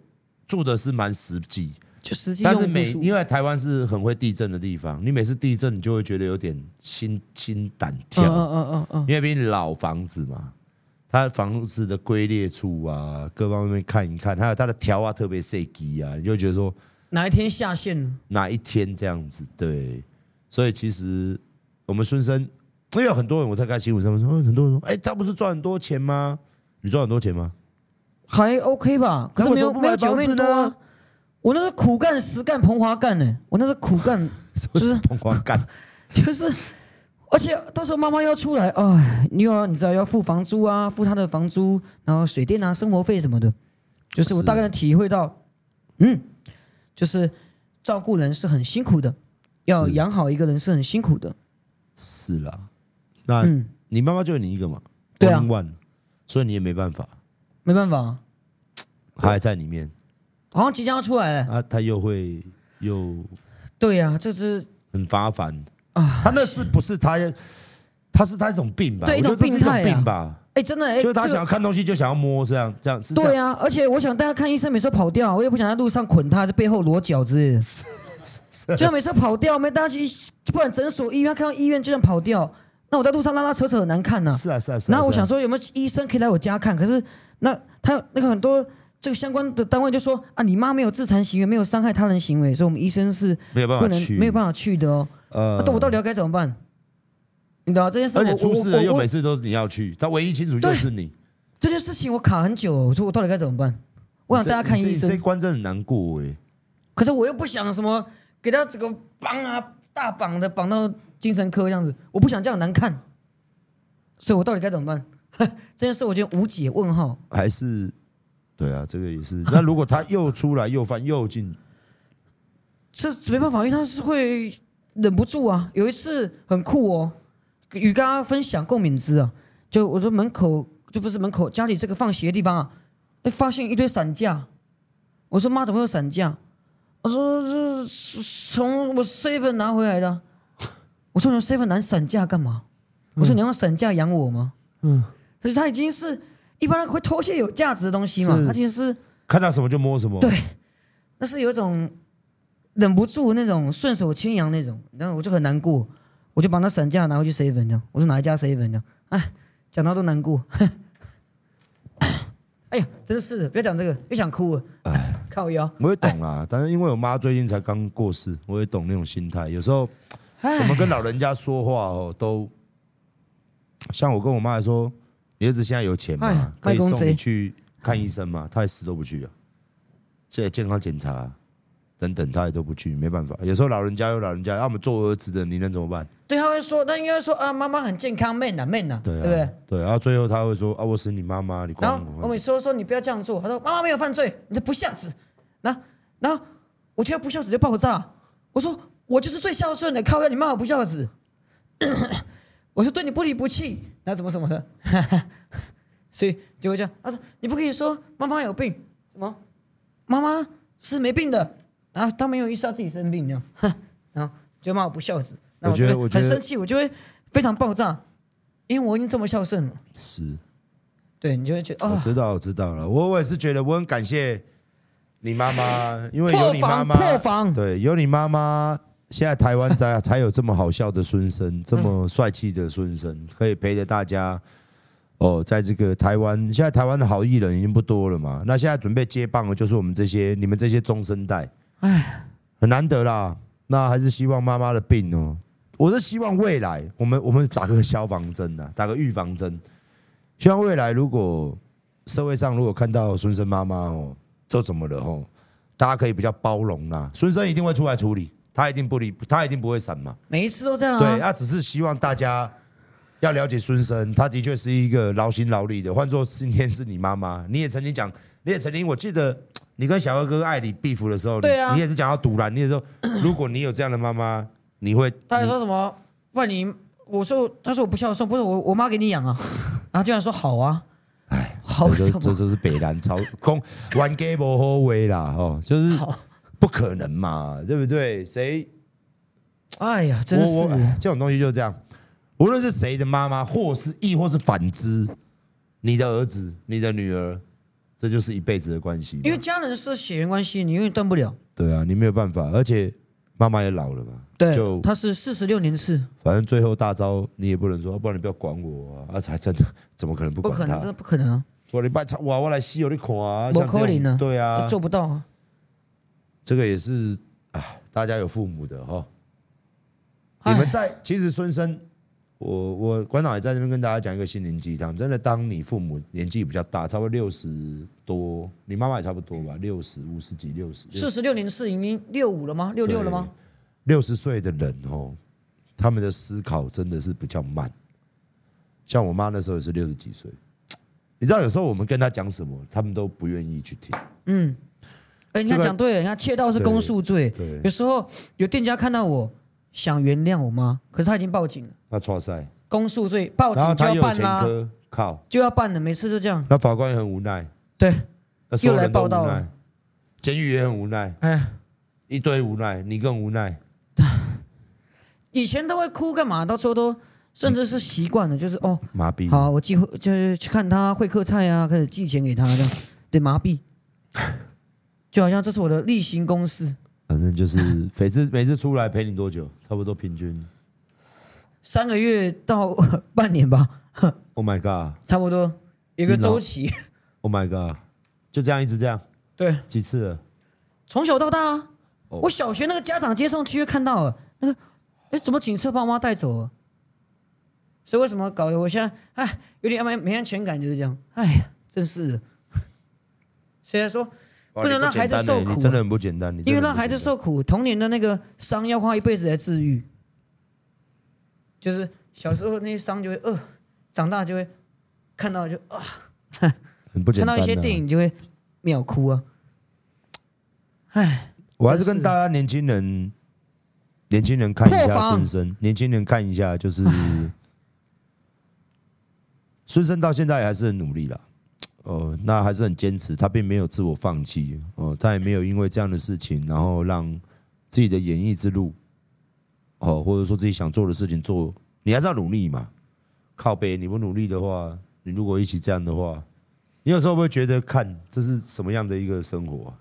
住的是蛮实际，
就实际
但是
用户
每
数
因为台湾是很会地震的地方，你每次地震你就会觉得有点心心胆跳，
嗯嗯嗯嗯
因为毕竟老房子嘛，它房子的龟裂处啊，各方面看一看，还有它的条啊特别设计啊，你就觉得说
嗯，哪一天下线了？
哪一天这样子，对，所以其实我们孙生，因为有很多人我在看新闻上面说，哦很多人说，哎、他不是赚很多钱吗？你赚很多钱吗？
还 OK 吧，可是没有
那为什么不
没有
买
九
房
妹
子
多、
呢
啊。我那是苦干实干彭华干呢、我那是苦 干
不
就是
疯狂干，
就是，而且到时候妈妈要出来，哎，你又要你知道要付房租啊，付她的房租，然后水电啊、生活费什么的，就是我
是
大概能体会到，嗯，就是照顾人是很辛苦的，要
是
养好一个人是很辛苦的，
是 啦。那、
嗯，
你妈妈就你一个嘛，
对啊
only one，所以你也没办法，
没办法，
她还在里面，
好像即将要出来了，
啊，她又会又
对呀、这是
很麻烦啊。她那是不是她？她是她一种病吧？
对
我觉得
一种病
这是一种
态啊
病吧，
哎，真的哎，
就是她
这个
想要看东西就想要摸，这样这样是这样
对啊，而且我想大家看医生每次跑掉，我也不想在路上捆他，在背后裸脚之类的。就像每次跑掉，没大家去，不然诊所、医院看到医院就想跑掉，那我在路上拉拉扯扯很难看呐、
是啊是啊是啊。
然后我
是啊
想说有没有医生可以来我家看，可是那他那个很多这个相关的单位就说啊，你妈没有自残行为，没有伤害他人行为，所以我们医生是
没有办
不
法
能
啊去，
没有办法去的哦。
呃
那、我到底要该怎么办？你知道这件事我，
而且
我
出
我
事了又
我
每次都是你要去，他唯一清楚就是你。
这件事情我卡很久，我说我到底该怎么办？我想
这
大家看
这
医生
这。关真的很难过哎、
可是我又不想什么给他这个绑啊大绑的绑到精神科这样子，我不想这样难看，所以我到底该怎么办？ 这件事我觉得无解，问号。
还是对啊，这个也是。那如果他又出来又犯又进，
这没办法，因为他是会忍不住啊。有一次很酷哦，与刚刚分享共敏之啊，就我说门口就不是门口家里这个放鞋的地方啊，哎发现一堆散架。我说妈，怎么会有散架？我说这是从我 seven 拿回来的啊。我说你用 seven 拿散架干嘛？我说你要用散架养我吗？
嗯，
可是他已经是一般人会偷些有价值的东西嘛
是，
他其实是
看到什么就摸什么。
对，那是有一种忍不住那种顺手牵羊那种，然后我就很难过，我就把那散架拿回去 seven 的，我说哪一家 seven 的？哎，讲到都难过。 哎呀，真是的，不要讲这个，又想哭了。啊靠腰，
我也懂啦，但是因为我妈最近才刚过世，我也懂那种心态。有时候我们跟老人家说话哦，都像我跟我妈说，你儿子现在有钱
哎
嘛，可以
卖公
送
贼
你去看医生嘛，他也死都不去啊，这健康检查啊、等等，他也都不去，没办法。有时候老人家有老人家，那、我们做儿子的，你能怎么办？
对，他会说，那应该说啊，妈妈很健康，man 啊 man 啊，对
对啊，
不对？
对然后最后他会说啊，我是你妈妈，你管
然
我
后
吗
我每次都说你不要这样做，他说妈妈没有犯罪，你这不孝子。然后然后我听到不孝子就爆炸，我说我就是最孝顺的，靠要你骂我不孝子， 我说对你不离不弃，然后什么什么的， 所以就会这样。他说你不可以说妈妈有病，什么妈妈是没病的，然后他没有意识到自己生病这样， 然后就骂我不孝子，那
我觉得
就会
我觉得
很生气，我就会非常爆炸，因为我已经这么孝顺了，
是。
对你就会觉得啊。
我知道，我知道了。我我也是觉得我很感谢你妈 妈，因为有你妈妈，
破防破防
对，有你妈妈，现在台湾才才有这么好笑的孙
嗯
生，这么帅气的孙生，可以陪着大家。哦，在这个台湾，现在台湾的好艺人已经不多了嘛。那现在准备接棒的就是我们这些、你们这些中生代，很难得啦。那还是希望妈妈的病哦，我是希望未来我们我们打个消防针啊，打个预防针，希望未来如果社会上如果看到孙生妈妈哦，这怎么了哦，大家可以比较包容啦。孙生一定会出来处理，他一定不理，他一定不会闪嘛。
每一次都这样
对，
啊。
他只是希望大家要了解孙生，他的确是一个劳心劳力的。换做今天是你妈妈，你也曾经讲，你也曾经，我记得你跟小二哥艾里壁虎的时候，你
对啊
你也是讲到堵然，你也说， 如果你有这样的妈妈，你会
他还说什么？万你，我说，他说我不孝顺，不是我我妈给你养 啊。然后居然说好啊，哎，好
这
什
这
么？
就是北南超空玩 game 不后卫啦，哦，就是
好
不可能嘛，对不对？谁
哎呀，真
我我
是
这种东西就是这样，无论是谁的妈妈，或是亦或是反之，你的儿子、你的女儿，这就是一辈子的关系嘛。
因为家人是血缘关系，你永远断不了。
对啊，你没有办法，而且妈妈也老了嘛，就
对，他是四十六年次，
反正最后大招你也不能说，啊不然你不要管我啊，啊才真的怎么可能不
不
管
可能，真
他
的？不可能啊，
说你拜操哇，我来吸有你看啊，
不
像这
可能
种
啊
对啊，
做不到啊。
这个也是啊，大家有父母的哈、
唉
你们在其实孙生，我我馆长也在这边跟大家讲一个心灵鸡汤，真的，当你父母年纪比较大，差不多六十多，你妈妈也差不多吧，六十五十几、六十
四十六年次已经六五了吗？六六了吗？
六十岁的人哦，他们的思考真的是比较慢。像我妈那时候也是六十几岁，你知道有时候我们跟她讲什么，他们都不愿意去听。
哎，人家
这个
讲对了，人家窃盗是公诉罪
对对。
有时候有店家看到我想原谅我妈，可是他已经报警了，
那错赛，
公诉罪报
然后
警就
她又
要
有
办
前
啦，
科，靠，
就要办了，每次就这样。
那法官也很无奈。
对，
那所有
又来
人都
报道
无奈
了，
监狱也很无奈，
哎。
一堆无奈，你更无奈。
以前都会哭干嘛？到最后都甚至是习惯了，就是哦，
麻痹，
好，我记会就是去看他会客菜啊，开始寄钱给他这样，对，麻痹，就好像这是我的例行公事，
反正就是 每次每次出来陪你多久，差不多平均。
三个月到半年吧，
Oh my god，Oh
差不多有个周期。
my god，就这样一直这样
对，
几次了？
从小到大啊，
啊哦
我小学那个家长接送区就看到了，那个哎，怎么警车把我妈带走了？所以为什么搞得我现在哎有点没没安全感，就是这样，哎呀，真是的。虽然说不能让孩子受苦啊
欸你真的很不简单，你真
因为
的很不简单
让孩子受苦，童年的那个伤要花一辈子来治愈。就是小时候那些伤就会呃，长大就会看到就啊，
很不简
看
单
到
啊。
一些电影就会秒哭啊。唉，
我还是跟大家年轻人，年轻人看一
破
下
防
孙生，年轻人看一 下，就是孙生到现在还是很努力啦。哦，那还是很坚持，他并没有自我放弃，哦，他也没有因为这样的事情，然后让自己的演艺之路，哦，或者说自己想做的事情做，你还是要努力嘛。靠背，你不努力的话，你如果一起这样的话，你有时候会不会觉得看这是什么样的一个生活、啊？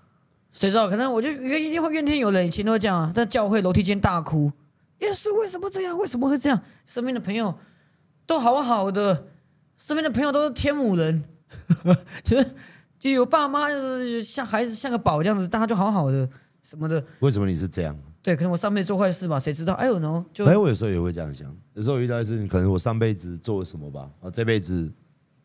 谁知道？可能我就怨一定会怨天尤人，以前都会这样啊。在教会楼梯间大哭，耶稣为什么这样？为什么会这样？身边的朋友都好好的，身边的朋友都是天母人， 就是就有爸妈，就是像孩子像个宝这样子，大家就好好的什么的。
为什么你是这样？
对，可能我上辈子做坏事吧，谁知道？哎呦 no，就
哎，我有时候也会这样想，有时候遇到一些事情，可能我上辈子做了什么吧，啊，这辈子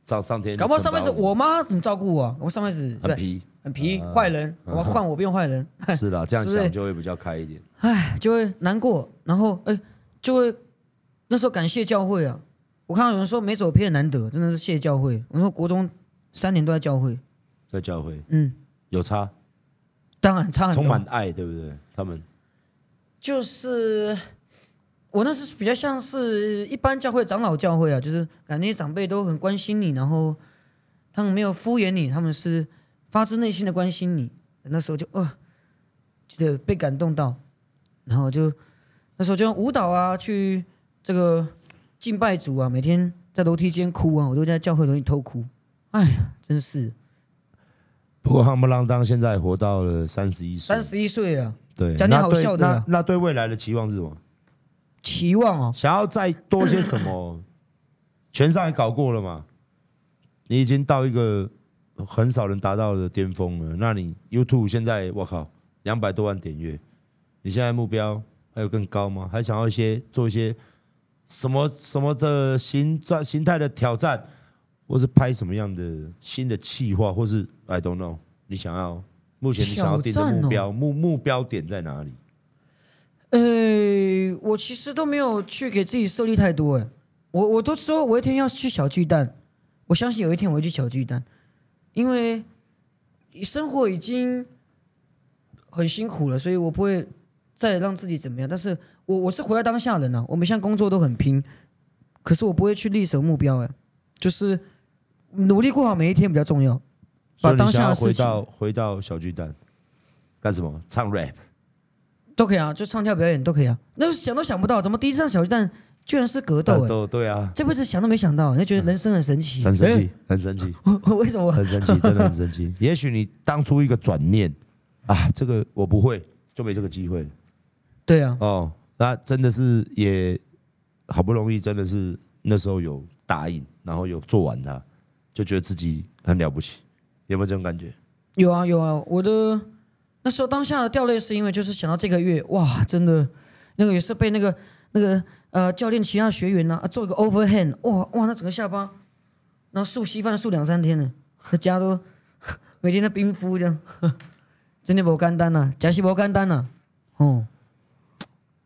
上上天
搞不好上辈
惩
子
罚
我妈很照顾我，我上辈子
很呃嗯
对
皮，
很皮坏人，我换我变坏人，
是啦，这样
是不是
想就会比较开一点。
唉，就会难过，然后哎，就会那时候感谢教会啊。我看到有人说没走偏难得，真的是谢教会。我说国中三年都在教会，
在教会
嗯，
有差，
当然差很多。
充满爱，对不对？他们
就是我那是比较像是一般教会长老教会啊，就是感觉长辈都很关心你，然后他们没有敷衍你，他们是发自内心的关心你。那时候就哇、觉得被感动到，然后就那时候就用舞蹈啊去这个敬拜主啊，每天在楼梯间哭啊，我都在教会楼梯偷哭。哎呀，真是
不过夯不啷当，现在活到了三十一岁
三，十一岁啊，
对，
讲点
那
好
对
笑的
那
啦
那对未来的期望是什么？
期望哦，
想要再多些 什么？全上也搞过了嘛，你已经到一个很少人达到的巅峰了。那你 YouTube 现在我靠两百多万点阅，你现在目标还有更高吗？还想要一些做一些什么什么的形状形态的挑战，或是拍什么样的新的企划，或是 I don't know，你想要目前你想要定的
挑战哦
目标、目目标点在哪里？
呃，我其实都没有去给自己设立太多哎，我我都说我有一天要去小巨蛋，我相信有一天我会去小巨蛋，因为生活已经很辛苦了，所以我不会再让自己怎么样。但是我我是活在当下人啊，我们现在工作都很拼，可是我不会去立什么目标哎，就是努力过好每一天比较重要。
所
把
以你
当
想
下
要
的
回
事情
到回到小巨蛋干什么？唱 rap，
都可以啊，就唱跳表演都可以啊。那想都想不到，怎么第一次上小巨蛋居然是格斗哎、
斗对啊，
这辈子想都没想到，你就觉得人生很神奇，
嗯很生气，很生气，
欸。 为什么？
很生气，真的很 生气。也许你当初一个转念啊，这个我不会，就没这个机会了
对啊，
哦。那真的是也好不容易，真的是那时候有答应，然后有做完它，就觉得自己很了不起，有没有这种感觉？
有啊有啊。我的那时候当下的掉泪是因为就是想到这个月，哇，真的那个也是被那个那个呃教练其他学员呢、啊做一个 overhand，哇哇，那整个下巴，然后竖稀饭竖两三天呢，在家都 每天在冰敷这样， 真的不简单呐、啊，假是不简单呐、啊，哦，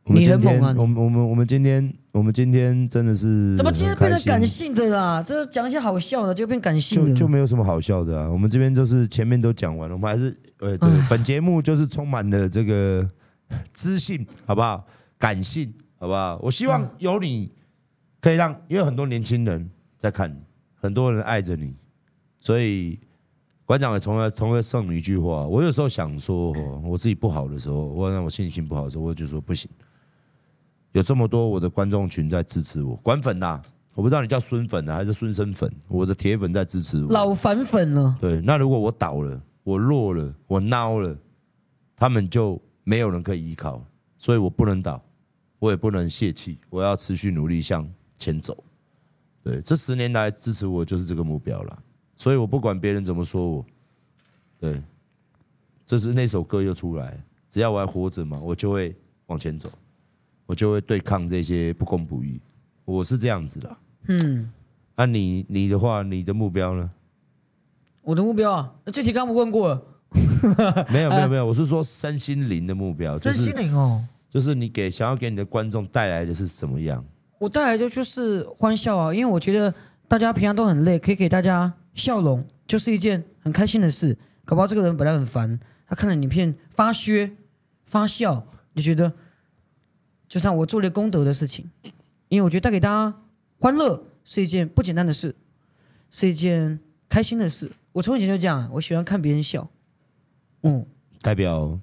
我们
你
今
很
天，
猛啊
我们我们我们今天我们今天真的是
怎么今天
很
变
开
得
心
感性的啦？就是讲一些好笑的，就变感性
就
的，
就没有什么好笑的啊。我们这边就是前面都讲完了，我们还是呃，对，本节目就是充满了这个 知性，好不好？感性，好不好？我希望有你可以让，因为很多年轻人在看你，很多人爱着你，所以馆长也从来从来送你一句话。我有时候想说，哦我自己不好的时候，或者我心情不好的时候，我就说不行。有这么多我的观众群在支持我，管粉呐、我不知道你叫孙粉啊还是孙生粉，我的铁粉在支持我。
老反粉了。
对，那如果我倒了，我弱了，我孬了，他们就没有人可以依靠，所以我不能倒，我也不能泄气，我要持续努力向前走。对，这十年来支持我就是这个目标啦，所以我不管别人怎么说我，对，这是那首歌又出来，只要我还活着嘛，我就会往前走，我就会对抗这些不公不义，我是这样子啦。
嗯，
那、你你的话，你的目标呢？
我的目标啊，这题刚刚不问过了，
没有没有没有，我是说身心灵的目标，啊就
真心
是
灵哦。
就是你给想要给你的观众带来的是怎么样？
我带来的就是欢笑啊，因为我觉得大家平常都很累，可以给大家笑容，就是一件很开心的事。搞不好这个人本来很烦，他看了影片发噱，发酵，就觉得就像我做了功德的事情，因为我觉得带给大家欢乐是一件不简单的事，是一件开心的事。我从以前就这样，我喜欢看别人笑，嗯，
代表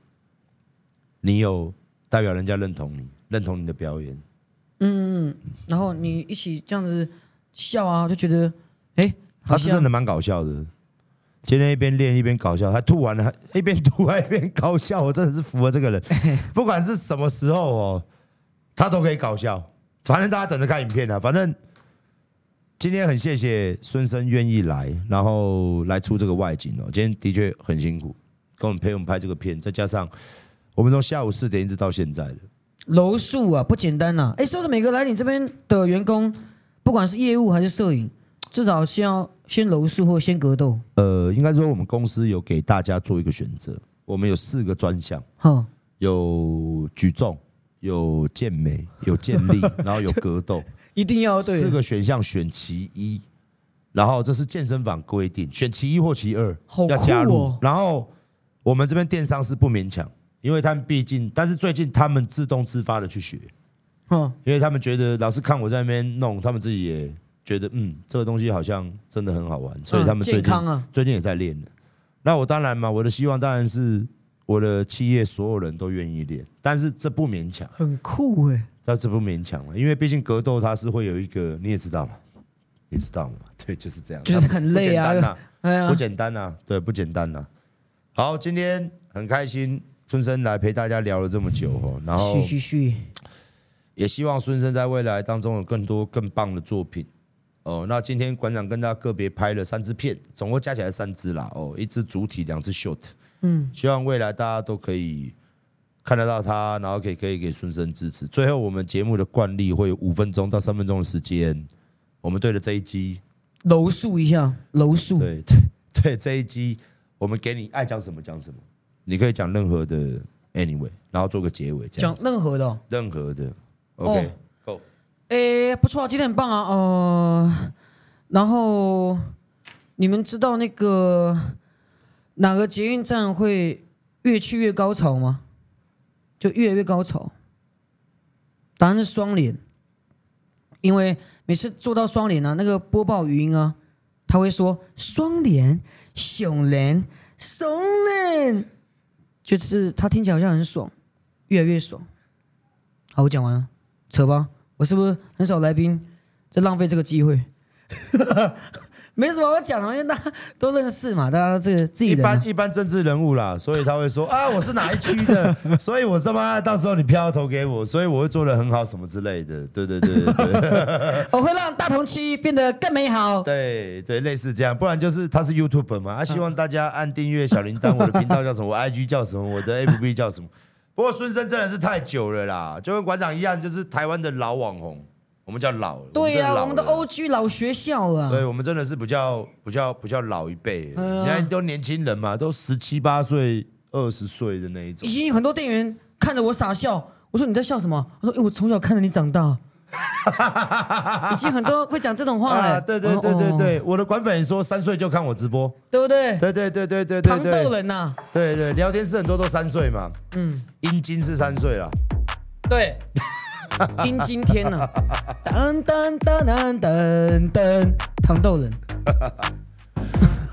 你有代表人家认同你，认同你的表演。
然后你一起这样子笑啊，就觉得哎，
他
好
是
像
真的蛮搞笑的。今天一边练一边搞笑，还吐完了，还一边吐还一边搞笑，我真的是服了这个人。不管是什么时候哦，他都可以搞笑。反正大家等着看影片啊。反正今天很谢谢孙生愿意来，然后来出这个外景哦。今天的确很辛苦，跟我们陪我们拍这个片，再加上我们从下午四点一直到现在了。
楼数啊，不简单呐、哎，是不是每个来你这边的员工，不管是业务还是摄影，至少先要先楼数或先格斗？
呃，应该说我们公司有给大家做一个选择，我们有四个专项。
哈，
有举重，有健美，有健 力，然后有格斗，
一定要
四个选项选其一。然后这是健身房规定，选其一或其二
好酷
要加入
哦。
然后我们这边电商是不勉强，因为他们毕竟，但是最近他们自动自发的去学，
哈，
因为他们觉得老师看我在那边弄，他们自己也觉得嗯，这个东西好像真的很好玩，所以他们最
健
近
康啊，
最近也在练了。那我当然嘛，我的希望当然是我的企业所有人都愿意练，但是这不勉强，
很酷哎、
但这不勉强了，因为毕竟格斗它是会有一个，你也知道嘛，你知道嘛， 对，就是这 样，
就是很累啊
它不是不简单呐、
哎呀
不，简单呐、啊对，不简单呐、好，今天很开心，春生来陪大家聊了这么久哦，然后
嘘嘘嘘，
也希望孙生在未来当中有更多更棒的作品。哦，那今天馆长跟大家个别拍了三支片，总共加起来三支啦。哦，一支主体，两支 short。嗯，希望未来大家都可以看得到他，然后可以可以给孙生支持。最后，我们节目的惯例会有五分钟到三分钟的时间，我们对着这一集，
楼数一下，楼数，
对 对这一集，我们给你爱讲什么讲什么，你可以讲任何的 anyway，然后做个结尾，这样
讲任何的、哦。
任何的 OK、够。
诶，不错啊，今天很棒啊，呃，然后你们知道那个哪个捷运站会越去越高潮吗？就越来越高潮。答案是双联，因为每次做到双联啊，那个播报语音啊，他会说双联、熊联、怂联，就是他听起来好像很爽，越来越爽。好，我讲完了，扯吧。我是不是很少来宾在浪费这个机会？ 没什么好讲的，因为大家都认识嘛，大家这个自己
一
人、啊
般。一般政治人物啦，所以他会说啊，我是哪一区的，所以我他妈到时候你票要投给我，所以我会做的很好什么之类的，对对对对对
我会让大同区变得更美好。
对对，类似这样，不然就是他是 YouTube 嘛，啊，希望大家按订阅小铃铛，我的频道叫什么，我 IG 叫什么，我的 FB 叫什么。不过孙生真的是太久了啦，就跟馆长一样，就是台湾的老网红，我们叫老了，
对呀、我们的
欧。
O G 老学校啊，
对我们真的是比较比较比较老一辈，你看都年轻人嘛，都十七八岁、二十岁的那一种
已。经有很多店员看着我傻笑。我说你在笑什么？他说：“哎，我从小看着你长大。” 已经很多会讲这种话了、
啊，对对
哦
对对对，我的管粉也说三岁就看我直播，
对不对？
对对对对对对
糖
对
豆
对，
人呐、
对对，聊天室很多都三岁嘛，嗯，阴茎是三岁啦，
对，阴今天呐、噔噔噔噔噔噔，糖豆人，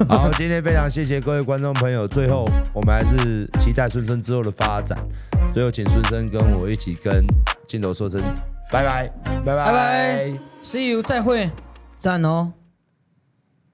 好，今天非常谢谢各位观众朋友。最后，我们还是期待孙生之后的发展。最后，请孙生跟我一起跟镜头说声拜拜，拜拜
拜拜，See you，再会，赞哦。